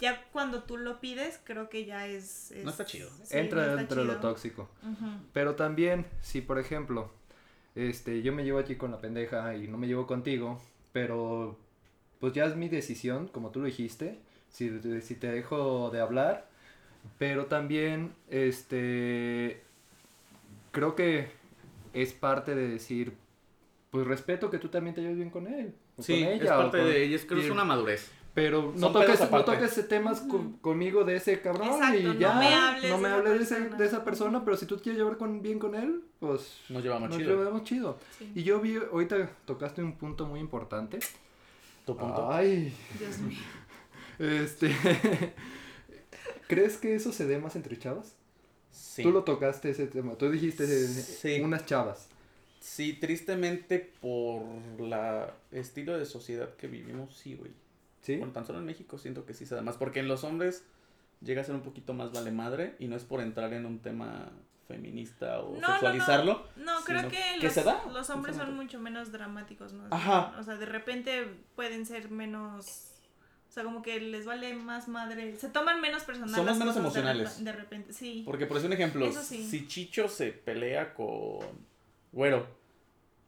Speaker 1: Ya cuando tú lo pides, creo que ya es... es-
Speaker 2: No está chido.
Speaker 1: Sí,
Speaker 3: Entra
Speaker 1: no está
Speaker 3: dentro de lo
Speaker 1: chido.
Speaker 3: tóxico.
Speaker 1: Ujú.
Speaker 3: Pero también, si por ejemplo, este, yo me llevo aquí con la pendeja y no me llevo contigo, pero pues ya es mi decisión, como tú lo dijiste, si, si te dejo de hablar, pero también, este, creo que es parte de decir, pues respeto que tú también te lleves bien con él. o
Speaker 2: Sí,
Speaker 3: con ella,
Speaker 2: es
Speaker 3: o
Speaker 2: parte
Speaker 3: con-
Speaker 2: de ellos, creo que es
Speaker 3: y-
Speaker 2: una madurez.
Speaker 3: Pero no
Speaker 2: Son pedos
Speaker 3: toques, no
Speaker 2: aparte.
Speaker 3: toques temas co- conmigo de ese cabrón
Speaker 1: Exacto,
Speaker 3: y
Speaker 1: no
Speaker 3: ya.
Speaker 1: me hables
Speaker 3: no me
Speaker 1: de esa
Speaker 3: hables de, ese-
Speaker 1: persona.
Speaker 3: de esa persona, pero si tú quieres llevar con, bien con él, pues
Speaker 2: Nos llevamos
Speaker 3: nos
Speaker 2: chido.
Speaker 3: llevamos chido.
Speaker 1: Sí.
Speaker 3: Y yo vi, ahorita tocaste un punto muy importante.
Speaker 2: Tu punto.
Speaker 3: Ay,
Speaker 1: Dios mío.
Speaker 3: este. ¿Crees que eso se dé más entre chavas?
Speaker 2: Sí.
Speaker 3: Tú lo tocaste ese tema, tú dijiste eh,
Speaker 2: Sí.
Speaker 3: unas chavas.
Speaker 2: Sí, tristemente por la estilo de sociedad que vivimos, sí, güey.
Speaker 3: ¿Sí?
Speaker 2: Bueno, tan solo en México siento que sí se da más. Porque en los hombres llega a ser un poquito más vale madre. Y no es por entrar en un tema feminista o
Speaker 1: No, no, no.
Speaker 2: sexualizarlo.
Speaker 1: No, creo
Speaker 2: Sino
Speaker 1: que,
Speaker 2: que
Speaker 1: los,
Speaker 2: se da,
Speaker 1: los hombres son
Speaker 2: simplemente.
Speaker 1: mucho menos dramáticos, ¿no?
Speaker 2: Ajá.
Speaker 1: O sea, de repente pueden ser menos... O sea, como que les vale más madre. Se toman menos personal.
Speaker 2: Somos
Speaker 1: las
Speaker 2: menos
Speaker 1: cosas de repe-
Speaker 2: emocionales.
Speaker 1: De repente, sí.
Speaker 2: Porque por un ejemplo,
Speaker 1: Eso sí.
Speaker 2: si Chicho se pelea con Güero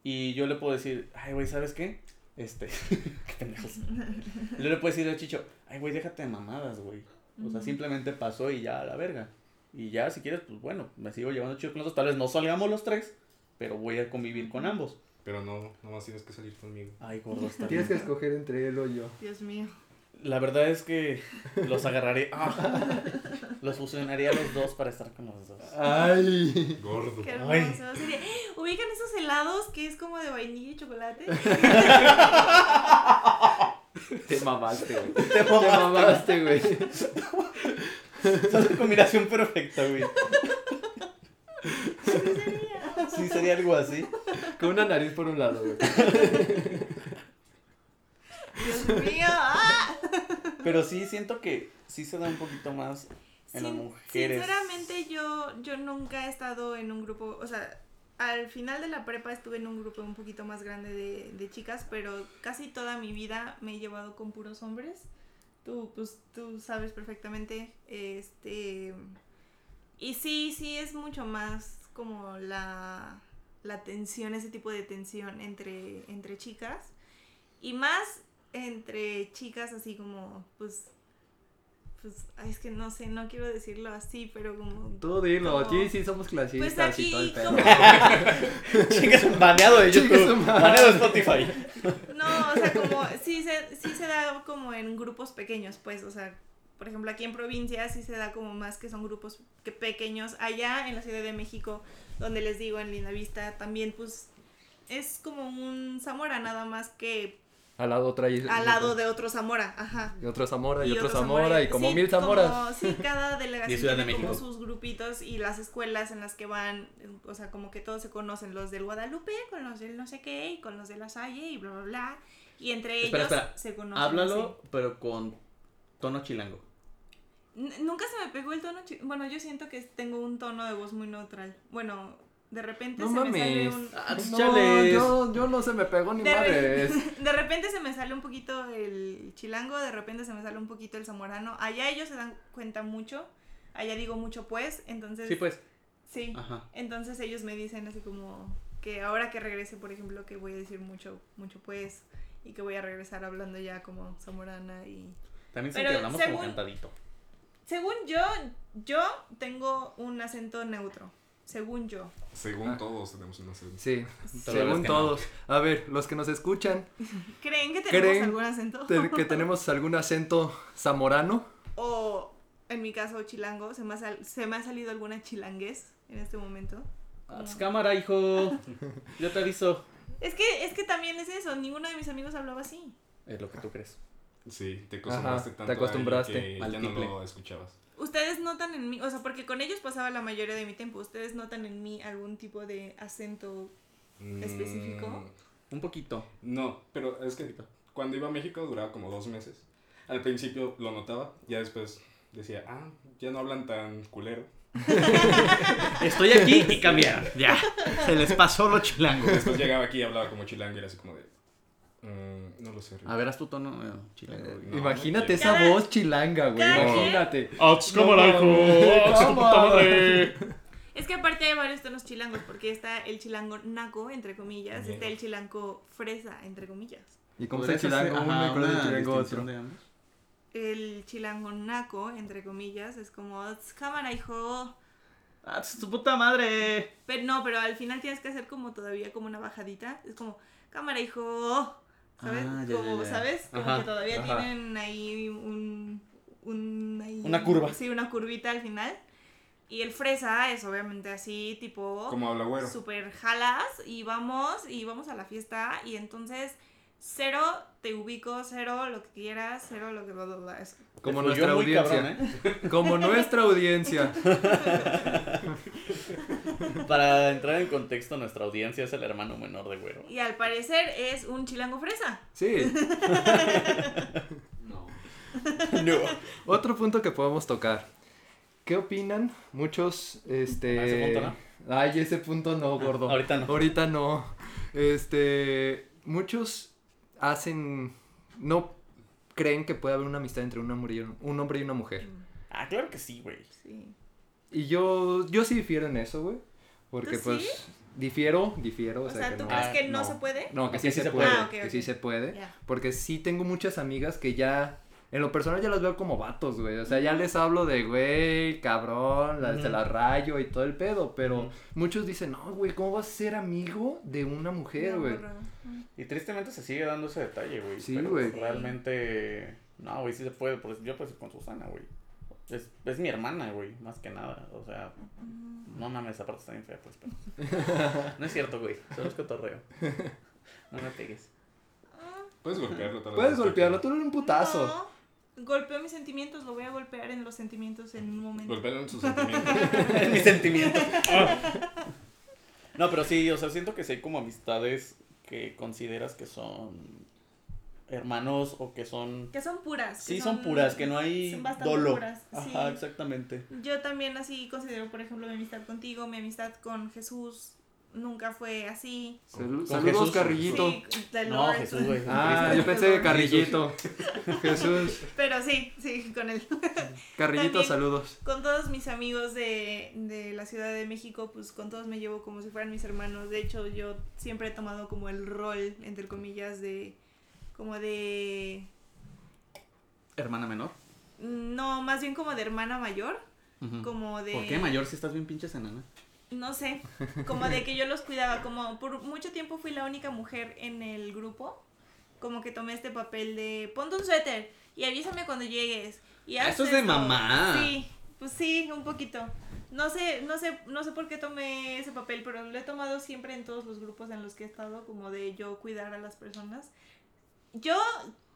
Speaker 2: y yo le puedo decir, ay güey, ¿sabes qué? Este, qué pendejos. Yo le puedo decir a Chicho, ay güey, déjate de mamadas, güey. O sea,
Speaker 1: Ujú.
Speaker 2: simplemente pasó y ya a la verga. Y ya si quieres, pues bueno, me sigo llevando chido con los dos. Tal vez no salgamos los tres, pero voy a convivir con ambos.
Speaker 4: Pero no, nomás tienes que salir conmigo.
Speaker 2: Ay, gordo, está
Speaker 3: Tienes que
Speaker 2: bien.
Speaker 3: escoger entre él o yo.
Speaker 1: Dios mío.
Speaker 2: La verdad es que los agarraré. Ah, los fusionaría a los dos para estar con los dos.
Speaker 3: Ay.
Speaker 4: Gordo.
Speaker 1: Qué
Speaker 2: Ay.
Speaker 1: hermoso. Sería- Ubican esos helados que es como de vainilla y chocolate.
Speaker 3: Te mamaste, güey. Te mamaste, güey.
Speaker 2: Esa es la combinación perfecta, güey. Sí, sería algo así.
Speaker 3: Con una nariz por un lado, güey.
Speaker 1: Dios mío. ¡ah!
Speaker 2: Pero sí, siento que sí se da un poquito más en las
Speaker 1: Sin-
Speaker 2: mujeres.
Speaker 1: Sinceramente, yo, yo nunca he estado en un grupo. O sea, al final de la prepa estuve en un grupo un poquito más grande de, de chicas, pero casi toda mi vida me he llevado con puros hombres. Tú, pues, tú sabes perfectamente. Este. Y sí, sí, es mucho más como la, la tensión, ese tipo de tensión entre, entre chicas. Y más entre chicas así como, pues, pues, ay, es que no sé, no quiero decirlo así, pero como...
Speaker 3: Tú dilo,
Speaker 1: Como-
Speaker 3: aquí sí somos clasistas
Speaker 1: Pues
Speaker 3: y todo el
Speaker 1: aquí
Speaker 3: pedo.
Speaker 1: como...
Speaker 2: Chingas un baneado de
Speaker 3: Chingue su
Speaker 2: YouTube.
Speaker 3: madre.
Speaker 2: Baneado de Spotify.
Speaker 1: No, o sea, como sí se, sí se da como en grupos pequeños, pues, o sea, por ejemplo, aquí en provincia sí se da como más que son grupos que pequeños. Allá en la Ciudad de México, donde les digo, en Lindavista, también pues es como un Zamora nada más que
Speaker 3: Al lado trae.
Speaker 1: al lado de otro Zamora, ajá.
Speaker 3: Y otro Zamora, y, otro
Speaker 1: Zamora,
Speaker 3: Zamora, y como
Speaker 1: sí,
Speaker 3: mil Zamoras.
Speaker 1: como- sí, cada delegación
Speaker 2: Y Ciudad de
Speaker 1: tiene como
Speaker 2: México.
Speaker 1: sus grupitos y las escuelas en las que van, o sea, como que todos se conocen, los del Guadalupe, con los del no sé qué, y con los de la Salle, y bla, bla, bla. Y entre
Speaker 2: Espera,
Speaker 1: ellos
Speaker 2: espera.
Speaker 1: se conocen.
Speaker 2: Háblalo, pero con tono chilango.
Speaker 1: así. N- Nunca se me pegó el tono. chi- Bueno, yo siento que tengo un tono de voz muy neutral. Bueno, de repente
Speaker 3: No
Speaker 1: se me sale
Speaker 3: mames.
Speaker 1: un.
Speaker 2: Ah,
Speaker 3: No,
Speaker 2: chales.
Speaker 3: yo, yo no se me pegó ni
Speaker 1: De, re-
Speaker 3: madres.
Speaker 1: de repente se me sale un poquito el chilango, de repente se me sale un poquito el zamorano. Allá ellos se dan cuenta mucho. Allá digo mucho pues, entonces
Speaker 2: Sí, pues.
Speaker 1: sí.
Speaker 2: Ajá.
Speaker 1: Entonces ellos me dicen así como que ahora que regrese, por ejemplo, que voy a decir mucho mucho pues y que voy a regresar hablando ya como zamorana y
Speaker 2: También
Speaker 1: Pero
Speaker 2: siempre hablamos
Speaker 1: según-
Speaker 2: como cantadito.
Speaker 1: según yo yo tengo un acento neutro, según yo.
Speaker 4: Según
Speaker 3: Ah.
Speaker 4: todos tenemos una segunda.
Speaker 3: Sí,
Speaker 2: Pero la verdad es
Speaker 3: según
Speaker 2: que
Speaker 3: todos. A ver, los que nos escuchan,
Speaker 1: ¿Creen que tenemos
Speaker 3: ¿Creen
Speaker 1: algún acento?
Speaker 3: te- que tenemos algún acento zamorano.
Speaker 1: O en mi caso chilango, se me ha, sal- se me ha salido alguna chilanguez en este momento.
Speaker 2: Ah, pues, cámara, hijo. Yo te aviso.
Speaker 1: Es que, es que también es eso, ninguno de mis amigos hablaba así.
Speaker 2: Es lo que tú crees.
Speaker 4: Sí, te
Speaker 3: Ajá, te
Speaker 4: acostumbraste tanto. a ello
Speaker 3: acostumbraste
Speaker 4: que
Speaker 2: al
Speaker 4: ya no
Speaker 2: tiple.
Speaker 4: lo escuchabas.
Speaker 1: Ustedes notan en mí, o sea, porque con ellos pasaba la mayoría de mi tiempo, ustedes notan en mí algún tipo de acento.
Speaker 4: Mm,
Speaker 1: ¿Específico?
Speaker 2: Un poquito.
Speaker 4: No, pero es que cuando iba a México duraba como dos meses. Al principio lo notaba, ya después decía, ah, ya no hablan tan culero.
Speaker 2: Estoy aquí y cambiaron. Ya. Se les pasó los chilangos.
Speaker 4: Después llegaba aquí y hablaba como chilango y era así como de, "Mm, no lo sé. Rick".
Speaker 2: A ver, haz tu tono eh, chilango. güey.
Speaker 4: No,
Speaker 3: Imagínate
Speaker 4: no
Speaker 3: esa
Speaker 1: quiero.
Speaker 3: voz chilanga, güey.
Speaker 1: Cada quien.
Speaker 3: Imagínate.
Speaker 2: ¡Ox, cómo la Ah, pues, hijo! ¡Ox, tu puta madre!
Speaker 1: Es que aparte hay varios tonos chilangos, porque está el chilango naco, entre comillas,
Speaker 4: Bien.
Speaker 1: está el chilango fresa, entre comillas.
Speaker 3: ¿Y cómo está el chilango
Speaker 2: Ajá,
Speaker 3: uno y cuál es el
Speaker 2: una
Speaker 3: chilango otro?
Speaker 2: distinción de ambos.
Speaker 1: El chilango naco, entre comillas, es como, "Tz, cámara, hijo.
Speaker 2: ¡Ah, tz, tu puta madre!
Speaker 1: Pero no, pero al final tienes que hacer como todavía como una bajadita. Es como, cámara, hijo. ¿Sabes?
Speaker 2: Ah, ya,
Speaker 1: como,
Speaker 2: ya, ya.
Speaker 1: ¿sabes? Como
Speaker 2: Ajá,
Speaker 1: que todavía
Speaker 2: ajá.
Speaker 1: tienen ahí un, un ahí-
Speaker 2: Una curva.
Speaker 1: Sí, una curvita al final. Y el fresa es obviamente así, tipo...
Speaker 4: Como habla güero.
Speaker 1: super jalas y vamos y vamos a la fiesta y entonces cero te ubico, cero lo que quieras, cero lo que bla bla bla. eso.
Speaker 3: Como
Speaker 2: Te fluyó
Speaker 3: nuestra
Speaker 2: Pues, muy
Speaker 3: audiencia.
Speaker 2: cabrón, ¿eh?
Speaker 3: Como nuestra audiencia.
Speaker 2: Para entrar en contexto, nuestra audiencia es el hermano menor de güero.
Speaker 1: Y al parecer es un chilango fresa.
Speaker 3: Sí.
Speaker 5: No.
Speaker 2: No.
Speaker 3: Otro punto que podemos tocar. ¿Qué opinan muchos, este...
Speaker 2: Ah, ese punto no. Ah,
Speaker 3: Ay, ese punto no, gordo.
Speaker 2: ahorita no.
Speaker 3: Ahorita no. Este, muchos hacen, no creen que puede haber una amistad entre un hombre y un, un hombre y una mujer.
Speaker 2: Ah, claro que sí, güey.
Speaker 1: Sí.
Speaker 3: Y yo, yo sí difiero en eso, güey. Porque
Speaker 1: ¿Tú
Speaker 3: pues,
Speaker 1: sí?
Speaker 3: difiero, difiero.
Speaker 1: O,
Speaker 3: o
Speaker 1: sea,
Speaker 3: que
Speaker 1: ¿tú
Speaker 3: no.
Speaker 1: crees
Speaker 2: Ah,
Speaker 1: que no,
Speaker 2: no.
Speaker 1: se puede?
Speaker 3: No, que sí, se, puede.
Speaker 1: Ah, ok,
Speaker 3: Que
Speaker 1: ok.
Speaker 3: sí se puede.
Speaker 1: Ya.
Speaker 3: Porque sí tengo muchas amigas que ya. En lo personal ya las veo como vatos, güey. O sea, ya les hablo de, güey, cabrón, la, se la rayo y todo el pedo. Pero
Speaker 2: Ujú.
Speaker 3: muchos dicen, no, güey, ¿cómo vas a ser amigo de una mujer,
Speaker 1: No,
Speaker 3: güey?
Speaker 1: burro.
Speaker 2: Y tristemente se sigue dando ese detalle, güey.
Speaker 3: Sí,
Speaker 2: pero pues,
Speaker 3: güey.
Speaker 2: Realmente. No, güey, sí se puede. por- Yo pues con Susana, güey. Es, es mi hermana, güey, más que nada. O sea,
Speaker 1: Mm,
Speaker 2: no mames, aparte está bien fea, pues. Pero... No es cierto, güey. Solo es cotorreo. No me pegues.
Speaker 4: Puedes golpearlo tal vez.
Speaker 3: Puedes golpearlo, tú eres un putazo.
Speaker 1: No. Golpeó mis sentimientos, lo voy a golpear en los sentimientos en un momento.
Speaker 4: Golpearlo en sus sentimientos.
Speaker 2: mi sentimiento. No, pero sí, o sea, siento que sí hay como amistades que consideras que son hermanos o que son...
Speaker 1: Que son puras. que
Speaker 2: Sí, son, puras, que no hay
Speaker 1: son bastante
Speaker 2: dolo.
Speaker 1: puras,
Speaker 2: Ajá,
Speaker 1: sí.
Speaker 2: exactamente.
Speaker 1: Yo también así considero, por ejemplo, mi amistad contigo, mi amistad con Jesús nunca fue así.
Speaker 3: Sal-
Speaker 4: Con
Speaker 3: saludos,
Speaker 2: Jesús.
Speaker 3: Carrillito.
Speaker 1: Sí, de
Speaker 2: No,
Speaker 1: Lord.
Speaker 2: Jesús, güey.
Speaker 3: Ah,
Speaker 2: Cristo.
Speaker 3: yo pensé que
Speaker 1: Jesús.
Speaker 3: Carrillito. Jesús.
Speaker 1: Pero sí, sí, con él.
Speaker 3: Carrillito,
Speaker 1: También-
Speaker 3: saludos.
Speaker 1: Con todos mis amigos de, de la Ciudad de México, pues con todos me llevo como si fueran mis hermanos. De hecho, yo siempre he tomado como el rol, entre comillas, de como de...
Speaker 2: Hermana menor.
Speaker 1: No, más bien como de hermana mayor,
Speaker 2: Ujú.
Speaker 1: como de...
Speaker 2: Mm. ¿Por qué mayor si estás bien pinche enana?
Speaker 1: No sé, como de que yo los cuidaba, como por mucho tiempo fui la única mujer en el grupo, como que tomé este papel de ponte un suéter y avísame cuando llegues. Y
Speaker 2: Ah,
Speaker 1: haz
Speaker 2: eso es de
Speaker 1: esto".
Speaker 2: mamá.
Speaker 1: Sí, pues sí, un poquito. No sé, no sé, no sé por qué tomé ese papel, pero lo he tomado siempre en todos los grupos en los que he estado, como de yo cuidar a las personas. Yo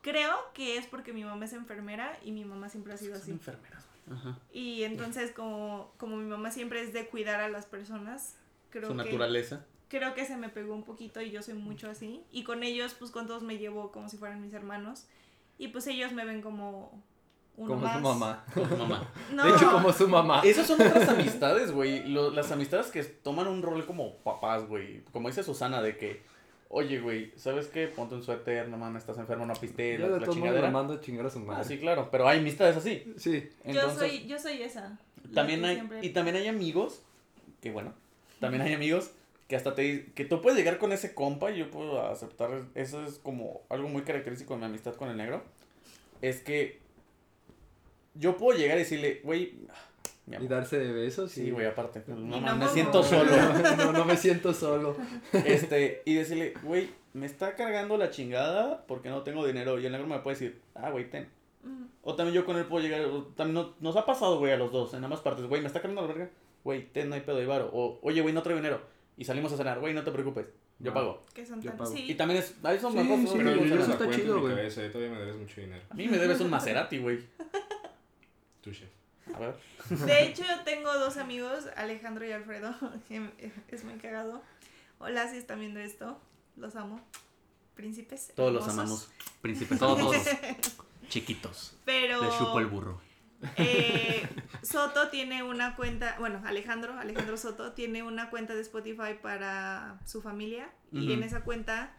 Speaker 1: creo que es porque mi mamá es enfermera y mi mamá siempre ha sido
Speaker 2: Son
Speaker 1: así.
Speaker 2: enfermeras, güey. Ajá.
Speaker 1: Y entonces como, como mi mamá siempre es de cuidar a las personas, creo
Speaker 2: Su
Speaker 1: que,
Speaker 2: naturaleza.
Speaker 1: creo que se me pegó un poquito y yo soy mucho así. Y con ellos, pues con todos me llevo como si fueran mis hermanos. Y pues ellos me ven como uno
Speaker 3: Como
Speaker 1: más.
Speaker 3: su mamá.
Speaker 2: Con tu mamá.
Speaker 1: No,
Speaker 3: De hecho, como su mamá.
Speaker 2: Esas son otras amistades, güey. Lo- Las amistades que toman un rol como papás, güey. Como dice Susana, de que, oye, güey, ¿sabes qué? Ponte un suéter, no mames, estás enfermo, no piste, la,
Speaker 3: Yo de
Speaker 2: la
Speaker 3: todos modos le
Speaker 2: chingadera.
Speaker 3: mando a chingar a su
Speaker 2: Ah,
Speaker 3: madre.
Speaker 2: sí, claro, pero hay amistades así.
Speaker 3: Sí.
Speaker 1: yo,
Speaker 2: Entonces,
Speaker 1: soy, yo soy esa. la
Speaker 2: también
Speaker 1: que
Speaker 2: hay,
Speaker 1: siempre-
Speaker 2: y también hay amigos, que bueno, también hay amigos que hasta te di- que tú puedes llegar con ese compa y yo puedo aceptar, eso es como algo muy característico de mi amistad con el negro, es que yo puedo llegar y decirle, güey, mi
Speaker 3: Y
Speaker 2: amor,
Speaker 3: darse de besos. y-
Speaker 2: Sí, güey, aparte. pues, No,
Speaker 1: Y
Speaker 2: mames,
Speaker 1: no
Speaker 2: me
Speaker 1: como-
Speaker 2: siento solo.
Speaker 3: No, no me siento solo.
Speaker 2: Este, y decirle, güey, me está cargando la chingada porque no tengo dinero. Y el negro me puede decir, ah, güey, ten.
Speaker 1: Ujú.
Speaker 2: O también yo con él puedo llegar. o También no- nos ha pasado, güey, a los dos, en ambas partes. Güey, me está cargando la verga. Güey, ten, no hay pedo, hay varo. O, oye, güey, no traigo dinero. Y salimos a cenar, güey, no te preocupes. Yo
Speaker 3: Va.
Speaker 2: pago.
Speaker 1: Que son
Speaker 3: Yo
Speaker 1: tan...
Speaker 3: pago.
Speaker 1: Sí.
Speaker 2: Y también es. Ahí son
Speaker 3: Sí,
Speaker 2: las dos,
Speaker 3: sí,
Speaker 2: ¿no?
Speaker 4: Pero
Speaker 2: O
Speaker 4: yo ya
Speaker 2: sea,
Speaker 3: eso
Speaker 4: la
Speaker 3: está
Speaker 4: cuento
Speaker 3: chido,
Speaker 4: en mi
Speaker 3: güey.
Speaker 4: cabeza, eh, todavía me debes mucho dinero.
Speaker 2: A mí me debes un Maserati, güey.
Speaker 4: Tu chef.
Speaker 2: A ver.
Speaker 1: De hecho, yo tengo dos amigos, Alejandro y Alfredo, que es muy cagado. Hola, si están viendo esto, los amo. Príncipes.
Speaker 2: Todos los
Speaker 1: hermosos.
Speaker 2: amamos. Príncipes.
Speaker 3: Todos.
Speaker 2: Chiquitos.
Speaker 1: Pero...
Speaker 2: Les chupo el burro.
Speaker 1: Eh, Soto tiene una cuenta, bueno, Alejandro, Alejandro Soto tiene una cuenta de Spotify para su familia y
Speaker 2: Ujú. Ah,
Speaker 1: en esa cuenta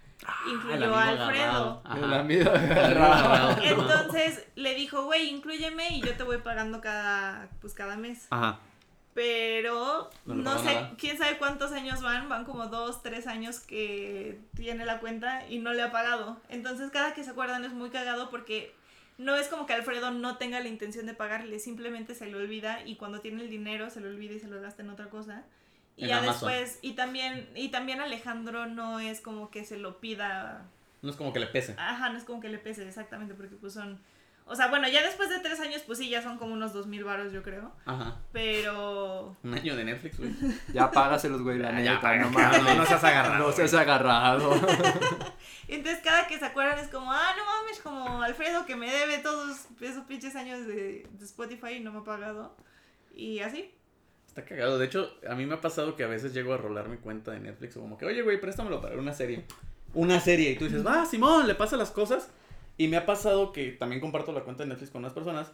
Speaker 2: El
Speaker 1: incluyó
Speaker 2: amigo
Speaker 1: a Alfredo.
Speaker 2: agarrado. Ajá.
Speaker 3: La mía.
Speaker 2: El amigo agarrado.
Speaker 1: Entonces le dijo, güey, inclúyeme y yo te voy pagando cada, pues cada mes.
Speaker 2: Ajá.
Speaker 1: Pero
Speaker 2: No
Speaker 1: no,
Speaker 2: le pagó
Speaker 1: sé,
Speaker 2: nada.
Speaker 1: quién sabe cuántos años van, van como dos, tres años que tiene la cuenta y no le ha pagado. Entonces cada que se acuerdan es muy cagado porque no es como que Alfredo no tenga la intención de pagarle, simplemente se le olvida y cuando tiene el dinero se lo olvida y se lo gasta en otra cosa. Y
Speaker 2: En
Speaker 1: ya
Speaker 2: Amazon.
Speaker 1: después, y también, y también Alejandro no es como que se lo pida
Speaker 2: No es como que le pese.
Speaker 1: Ajá, no es como que le pese exactamente, porque pues son... O sea, bueno, ya después de tres años, pues sí, ya son como unos dos mil varos, yo creo.
Speaker 2: Ajá.
Speaker 1: Pero...
Speaker 2: Un año de Netflix, güey.
Speaker 3: Ya págaselos, güey, la
Speaker 2: Ah, ya,
Speaker 3: neta, no
Speaker 2: paga-
Speaker 3: mames.
Speaker 2: no seas agarrado,
Speaker 3: No seas agarrado.
Speaker 1: Entonces cada que se acuerdan es como, ah, no mames, como Alfredo que me debe todos esos pinches años de, de Spotify y no me ha pagado. Y así.
Speaker 2: Está cagado. De hecho, a mí me ha pasado que a veces llego a rolar mi cuenta de Netflix o como que, oye, güey, préstamelo para ver una serie. Una serie. Y tú dices, va, Simón, le pasa las cosas. Y me ha pasado que también comparto la cuenta de Netflix con unas personas.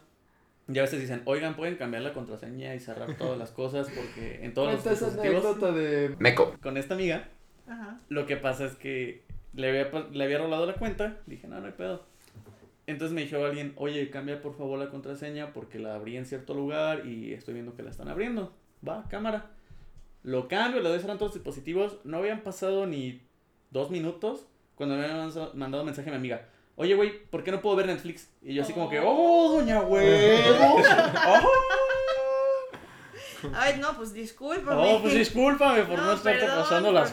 Speaker 2: Y a veces dicen, oigan, pueden cambiar la contraseña y cerrar todas las cosas porque en todos los dispositivos.
Speaker 3: de.
Speaker 5: Meco.
Speaker 2: Con esta amiga,
Speaker 1: Ajá.
Speaker 2: lo que pasa es que le había, pa- le había rolado la cuenta. Dije, no, no hay pedo. Entonces me dijo alguien, oye, cambia por favor la contraseña porque la abrí en cierto lugar y estoy viendo que la están abriendo. Va, cámara. Lo cambio, le doy cerrar todos los dispositivos. No habían pasado ni dos minutos cuando me habían manso- mandado un mensaje a mi amiga. Oye, güey, ¿por qué no puedo ver Netflix? Y yo así como que, ¡oh, doña huevo! ¡Oh!
Speaker 1: Ay, no, pues disculpa.
Speaker 2: Oh, pues discúlpame por no,
Speaker 1: No,
Speaker 2: estarte
Speaker 1: perdón,
Speaker 2: pasando
Speaker 1: por-
Speaker 2: las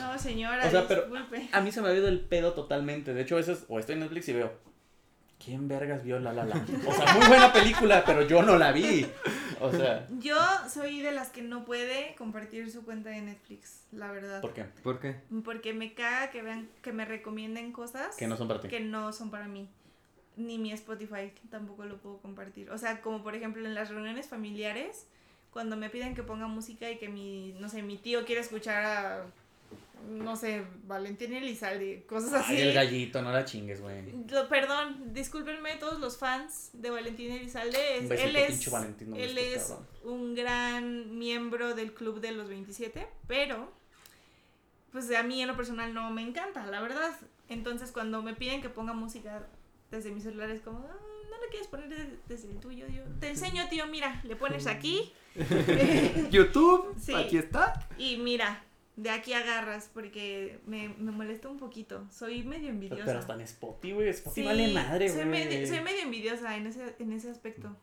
Speaker 1: No, señora,
Speaker 2: O sea, pero-
Speaker 1: disculpe.
Speaker 2: A mí se me ha ido el pedo totalmente. De hecho, a veces o estoy en Netflix y veo. ¿Quién vergas vio La La La? O sea, muy buena película, pero yo no la vi. O sea,
Speaker 1: Yo soy de las que no puede compartir su cuenta de Netflix, la verdad.
Speaker 2: ¿por qué?
Speaker 3: ¿Por qué?
Speaker 1: Porque me caga que vean, que me recomienden cosas
Speaker 2: Que no son para ti.
Speaker 1: que no son para mí. Ni mi Spotify tampoco lo puedo compartir. O sea, como por ejemplo en las reuniones familiares, cuando me piden que ponga música y que mi, no sé, mi tío quiere escuchar a, no sé, Valentín Elizalde, cosas así.
Speaker 2: Ay, el gallito, no la chingues, güey.
Speaker 1: Lo- perdón, discúlpenme todos los fans de Valentín Elizalde. es-
Speaker 2: Un besito,
Speaker 1: él es,
Speaker 2: pinche Valentín, no me
Speaker 1: él
Speaker 2: estés,
Speaker 1: es
Speaker 2: cabrón.
Speaker 1: un gran miembro del club de los 27, pero pues a mí en lo personal no me encanta, la verdad. Entonces cuando me piden que ponga música desde mi celular es como, "Ah, no la quieres poner de- desde el tuyo. Yo, Te enseño, tío, mira, le pones aquí
Speaker 3: YouTube,
Speaker 1: Sí.
Speaker 3: aquí está.
Speaker 1: y mira. De aquí agarras porque me, me molesta un poquito. Soy medio envidiosa.
Speaker 2: Pero hasta en Spotify, güey. Spotify
Speaker 1: Sí,
Speaker 2: vale madre,
Speaker 1: soy
Speaker 2: güey.
Speaker 1: medio, soy medio envidiosa en ese, en ese aspecto.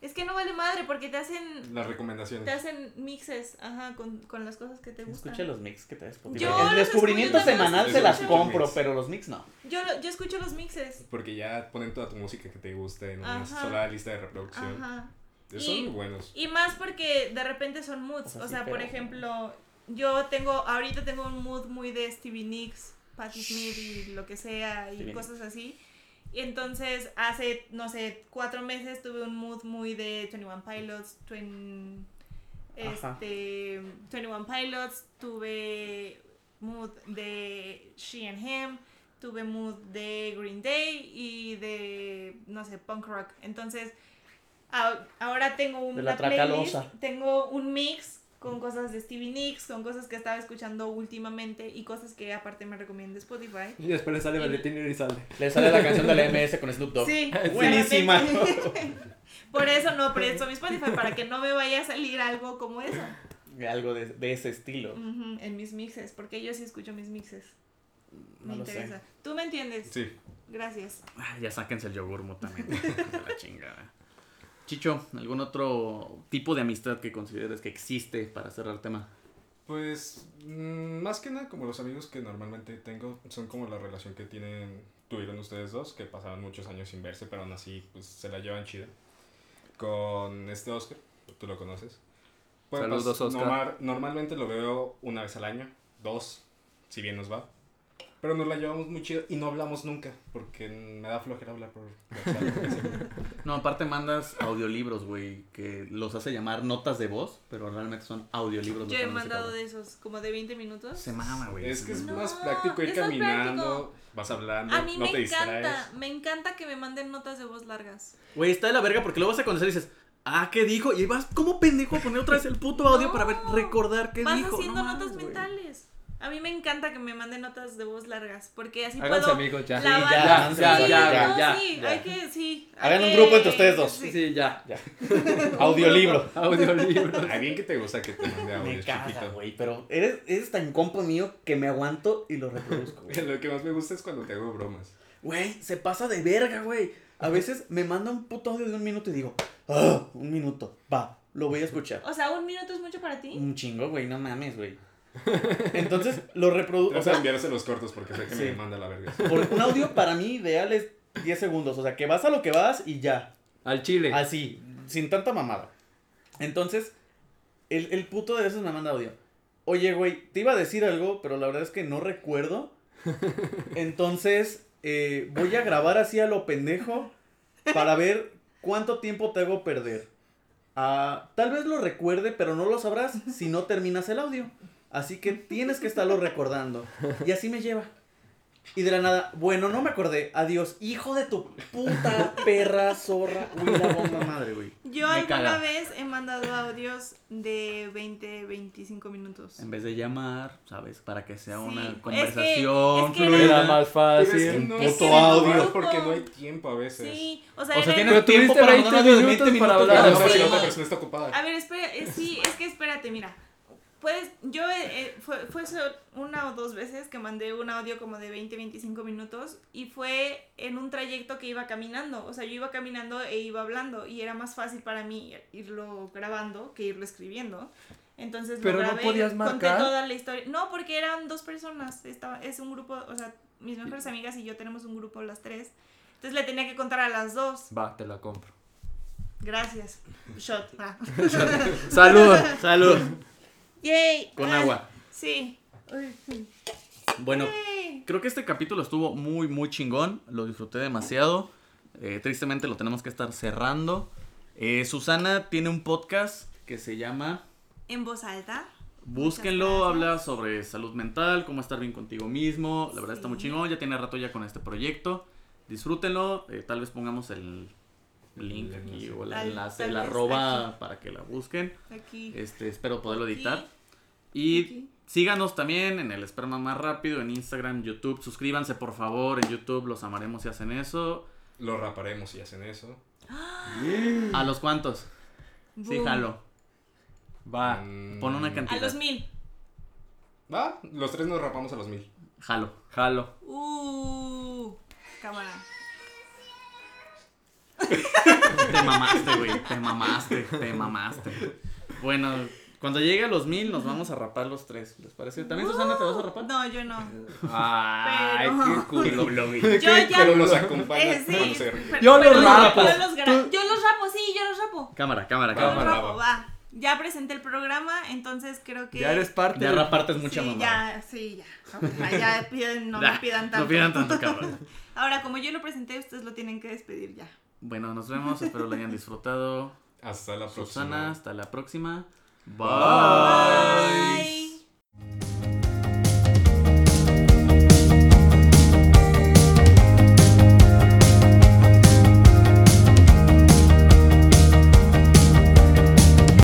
Speaker 1: Es que no vale madre porque te hacen
Speaker 4: Las
Speaker 1: te
Speaker 4: recomendaciones.
Speaker 1: hacen mixes ajá, con, con las cosas que te gustan.
Speaker 2: Escucha los mix que te Spotify.
Speaker 1: Yo
Speaker 2: el
Speaker 1: los
Speaker 2: descubrimiento
Speaker 1: escucho, yo
Speaker 2: semanal
Speaker 1: los
Speaker 2: se las
Speaker 1: escucho.
Speaker 2: compro,
Speaker 4: Mix.
Speaker 2: pero los mix no.
Speaker 1: Yo, lo- yo escucho los mixes.
Speaker 4: Porque ya ponen toda tu música que te gusta en una
Speaker 1: Ajá.
Speaker 4: sola lista de reproducción. Eh,
Speaker 1: Ajá.
Speaker 4: Son
Speaker 1: Y-
Speaker 4: muy buenos.
Speaker 1: Y más porque de repente son moods.
Speaker 2: O
Speaker 1: o
Speaker 2: sea, sí,
Speaker 1: sea, por
Speaker 2: pero-
Speaker 1: ejemplo, yo tengo, ahorita tengo un mood muy de Stevie Nicks, Patti Smith y lo que sea, y
Speaker 2: Stevie
Speaker 1: cosas así. Y entonces hace, no sé, cuatro meses tuve un mood muy de 21 Pilots, twen-
Speaker 2: Ajá.
Speaker 1: este, 21 Pilots, tuve mood de She and Him, tuve mood de Green Day y de, no sé, punk rock. Entonces, a- ahora tengo
Speaker 2: De
Speaker 1: una
Speaker 2: la
Speaker 1: playlist,
Speaker 2: Tracalosa.
Speaker 1: tengo un mix con cosas de Stevie Nicks, con cosas que estaba escuchando últimamente y cosas que aparte me recomienda Spotify.
Speaker 3: Y después le sale
Speaker 1: Valentín
Speaker 3: Elizalde.
Speaker 2: Le sale la canción de la MS con Snoop Dogg.
Speaker 1: Sí,
Speaker 2: Buenísima.
Speaker 1: claramente. Por eso no presto mi Spotify, para que no me vaya a salir algo como eso
Speaker 2: Algo de, de ese estilo.
Speaker 1: Ujú, en mis mixes, porque yo sí escucho mis mixes. Me
Speaker 2: No lo sé.
Speaker 1: interesa. ¿Tú me entiendes?
Speaker 4: Sí.
Speaker 1: Gracias.
Speaker 2: Ah, Ya sáquense el yogur también. la chingada. Chicho, ¿algún otro tipo de amistad que consideres que existe para cerrar el tema?
Speaker 4: Pues mm, más que nada como los amigos que normalmente tengo son como la relación que tienen tuvieron ustedes dos que pasaban muchos años sin verse pero aún así pues se la llevan chida con este Oscar tú lo conoces
Speaker 3: Saludos,
Speaker 4: pas-
Speaker 3: Oscar.
Speaker 4: normal- normalmente lo veo una vez al año dos si bien nos va Pero nos la llevamos muy chido y no hablamos nunca, porque me da flojera hablar por WhatsApp.
Speaker 2: No, aparte mandas audiolibros, güey, que los hace llamar notas de voz, pero realmente son audiolibros.
Speaker 1: Yo he
Speaker 2: los que nos hace
Speaker 1: mandado
Speaker 2: cabrón.
Speaker 1: de esos, como de 20 minutos.
Speaker 2: Se mama, güey.
Speaker 4: es
Speaker 2: se
Speaker 4: que es
Speaker 2: mama.
Speaker 1: No,
Speaker 4: más práctico ir
Speaker 1: es más
Speaker 4: caminando, vas hablando,
Speaker 1: A mí
Speaker 4: no te
Speaker 1: me encanta,
Speaker 4: distraes.
Speaker 1: me encanta que me manden notas de voz largas.
Speaker 2: Güey, está de la verga porque luego vas a conocer y dices, ah, ¿qué dijo? Y ahí vas como pendejo a poner otra vez el puto audio para ver,
Speaker 1: No.
Speaker 2: recordar qué
Speaker 1: Vas
Speaker 2: dijo. No
Speaker 1: haciendo
Speaker 2: mames,
Speaker 1: notas
Speaker 2: güey.
Speaker 1: mentales. A mí me encanta que me manden notas de voz largas, porque así
Speaker 3: Háganse
Speaker 1: puedo
Speaker 3: amigos ya.
Speaker 1: lavar-
Speaker 2: ya, ya,
Speaker 1: Sí,
Speaker 2: ya,
Speaker 1: no,
Speaker 2: ya,
Speaker 1: sí,
Speaker 2: ya.
Speaker 1: hay que, sí. hay
Speaker 2: Hagan un
Speaker 1: que-
Speaker 2: grupo entre ustedes dos.
Speaker 1: sí.
Speaker 3: Sí, ya.
Speaker 2: Ya. Audiolibro.
Speaker 3: Audiolibro.
Speaker 4: A bien que te gusta que te mande
Speaker 2: Me
Speaker 4: audios,
Speaker 2: caga,
Speaker 4: chiquito.
Speaker 2: güey, pero eres, eres tan compa mío que me aguanto y lo reproduzco, güey.
Speaker 4: Lo que más me gusta es cuando te hago bromas.
Speaker 2: Güey, se pasa de verga, güey. A veces me manda un puto audio de un minuto y digo, ah, un minuto, va, lo voy a escuchar.
Speaker 1: O sea, un minuto es mucho para ti.
Speaker 2: Un chingo, güey, no mames, güey. Entonces lo reproduzco. O
Speaker 4: Vamos a
Speaker 2: sea,
Speaker 4: enviarse los cortos porque sé que me
Speaker 2: Sí.
Speaker 4: manda la verga.
Speaker 2: por- un audio para mí ideal es 10 segundos. O sea, que vas a lo que vas y ya.
Speaker 3: Al chile.
Speaker 2: Así, Ah, sin tanta mamada. Entonces, el, el puto de veces me manda audio. Oye, güey, te iba a decir algo, pero la verdad es que no recuerdo. Entonces, eh, voy a grabar así a lo pendejo para ver cuánto tiempo te hago perder. Ah, tal vez lo recuerde, pero no lo sabrás si no terminas el audio. Así que tienes que estarlo recordando. Y así me lleva. Y de la nada, bueno, no me acordé. Adiós, hijo de tu puta perra zorra. Uy, la bomba madre, güey.
Speaker 1: Yo
Speaker 2: Me
Speaker 1: alguna
Speaker 2: caga.
Speaker 1: vez he mandado audios de 20, 25 minutos.
Speaker 2: En vez de llamar, ¿sabes? Para que sea
Speaker 1: Sí, es
Speaker 2: una
Speaker 1: que-
Speaker 2: conversación
Speaker 1: es que era-
Speaker 2: fluida.
Speaker 3: Era más
Speaker 4: Pero es que
Speaker 3: fácil.
Speaker 4: no
Speaker 2: puto
Speaker 4: se puede
Speaker 2: audio.
Speaker 4: hablar porque no hay tiempo a veces.
Speaker 1: Sí, o sea,
Speaker 2: O sea,
Speaker 1: era-
Speaker 2: tienes
Speaker 3: Pero
Speaker 2: tiempo
Speaker 3: tuviste
Speaker 2: para mandar un
Speaker 3: 20
Speaker 2: audio de 20
Speaker 3: minutos para
Speaker 2: minutos.
Speaker 4: Claro,
Speaker 2: para
Speaker 3: hablar.
Speaker 4: pero si
Speaker 1: sí.
Speaker 4: la otra persona está ocupada.
Speaker 1: A ver, espera, eh, sí, es que espérate, mira. Pues yo eh, eh, fue, fue so- una o dos veces que mandé un audio como de 20, 25 minutos y fue en un trayecto que iba caminando. O sea, yo iba caminando e iba hablando y era más fácil para mí irlo grabando que irlo escribiendo. Entonces lo
Speaker 3: Pero no
Speaker 1: grabé,
Speaker 3: podías marcar.
Speaker 1: conté toda la historia. No, porque eran dos personas. Estaba, es un grupo, o sea, mis mejores amigas y yo tenemos un grupo las tres. Entonces le tenía que contar a las dos.
Speaker 3: Va, te la compro.
Speaker 1: Gracias. Shot. Ah.
Speaker 3: Salud.
Speaker 2: Salud.
Speaker 1: Yay.
Speaker 2: Con
Speaker 1: Ah.
Speaker 2: agua.
Speaker 1: Sí.
Speaker 2: Bueno,
Speaker 1: Yay.
Speaker 2: creo que este capítulo estuvo muy, muy chingón. Lo disfruté demasiado. Eh, tristemente lo tenemos que estar cerrando. Eh, Susana tiene un podcast que se llama
Speaker 1: En voz alta.
Speaker 2: Búsquenlo,
Speaker 1: Muchas
Speaker 2: habla
Speaker 1: gracias.
Speaker 2: sobre salud mental, cómo estar bien contigo mismo. La verdad está muy
Speaker 1: Sí.
Speaker 2: chingón, ya tiene rato ya con este proyecto. Disfrútenlo, eh, tal vez pongamos el link
Speaker 4: El
Speaker 2: aquí
Speaker 4: enlace.
Speaker 2: o el
Speaker 1: Tal-
Speaker 2: enlace,
Speaker 1: tal
Speaker 2: el
Speaker 1: vez
Speaker 2: arroba para que la busquen.
Speaker 1: Aquí.
Speaker 2: Este, espero poderlo
Speaker 1: Aquí.
Speaker 2: editar. Y
Speaker 1: Aquí.
Speaker 2: síganos también en el Esperma Más Rápido, en Instagram, YouTube. Suscríbanse por favor en YouTube, los amaremos si hacen eso.
Speaker 4: Lo raparemos si hacen eso.
Speaker 2: ¿A los cuantos? Sí,
Speaker 1: Boom.
Speaker 2: jalo.
Speaker 3: Va.
Speaker 4: Mm,
Speaker 2: Pon una cantidad.
Speaker 1: A los mil.
Speaker 4: Va, los tres nos rapamos a los mil.
Speaker 2: Jalo.
Speaker 3: Jalo.
Speaker 1: Uh. Cámara.
Speaker 2: Te mamaste, güey. Te mamaste, te mamaste. Bueno, cuando llegue a los mil nos vamos a rapar los tres. ¿Les parece? ¿También Susana te vas a rapar?
Speaker 1: No, yo no.
Speaker 3: Ay,
Speaker 1: Pero-
Speaker 3: qué culo.
Speaker 1: Yo ya.
Speaker 4: Pero los acompaña.
Speaker 1: Eh, sí.
Speaker 4: cuando se ríe.
Speaker 1: Pero-
Speaker 3: Yo los
Speaker 1: pero
Speaker 3: rapo.
Speaker 1: Yo los, gra-
Speaker 3: Tú-
Speaker 1: yo los rapo, sí, yo los rapo.
Speaker 2: Cámara, cámara,
Speaker 1: Yo los
Speaker 2: cámara.
Speaker 4: Cámara.
Speaker 1: rapo, va. Ya presenté el programa, entonces creo que.
Speaker 3: Ya eres parte.
Speaker 2: Ya
Speaker 3: del-
Speaker 2: raparte es mucha
Speaker 1: sí,
Speaker 2: mamada.
Speaker 1: ya, sí, ya. O sea, ya piden, no me
Speaker 2: Ah,
Speaker 1: pidan tanto.
Speaker 2: No pidan tanto, cámara.
Speaker 1: Ahora, como yo lo presenté, ustedes lo tienen que despedir ya.
Speaker 2: Bueno, nos vemos. Espero lo hayan disfrutado.
Speaker 4: Hasta la próxima.
Speaker 2: Susana, hasta la próxima. Bye.
Speaker 1: Bye.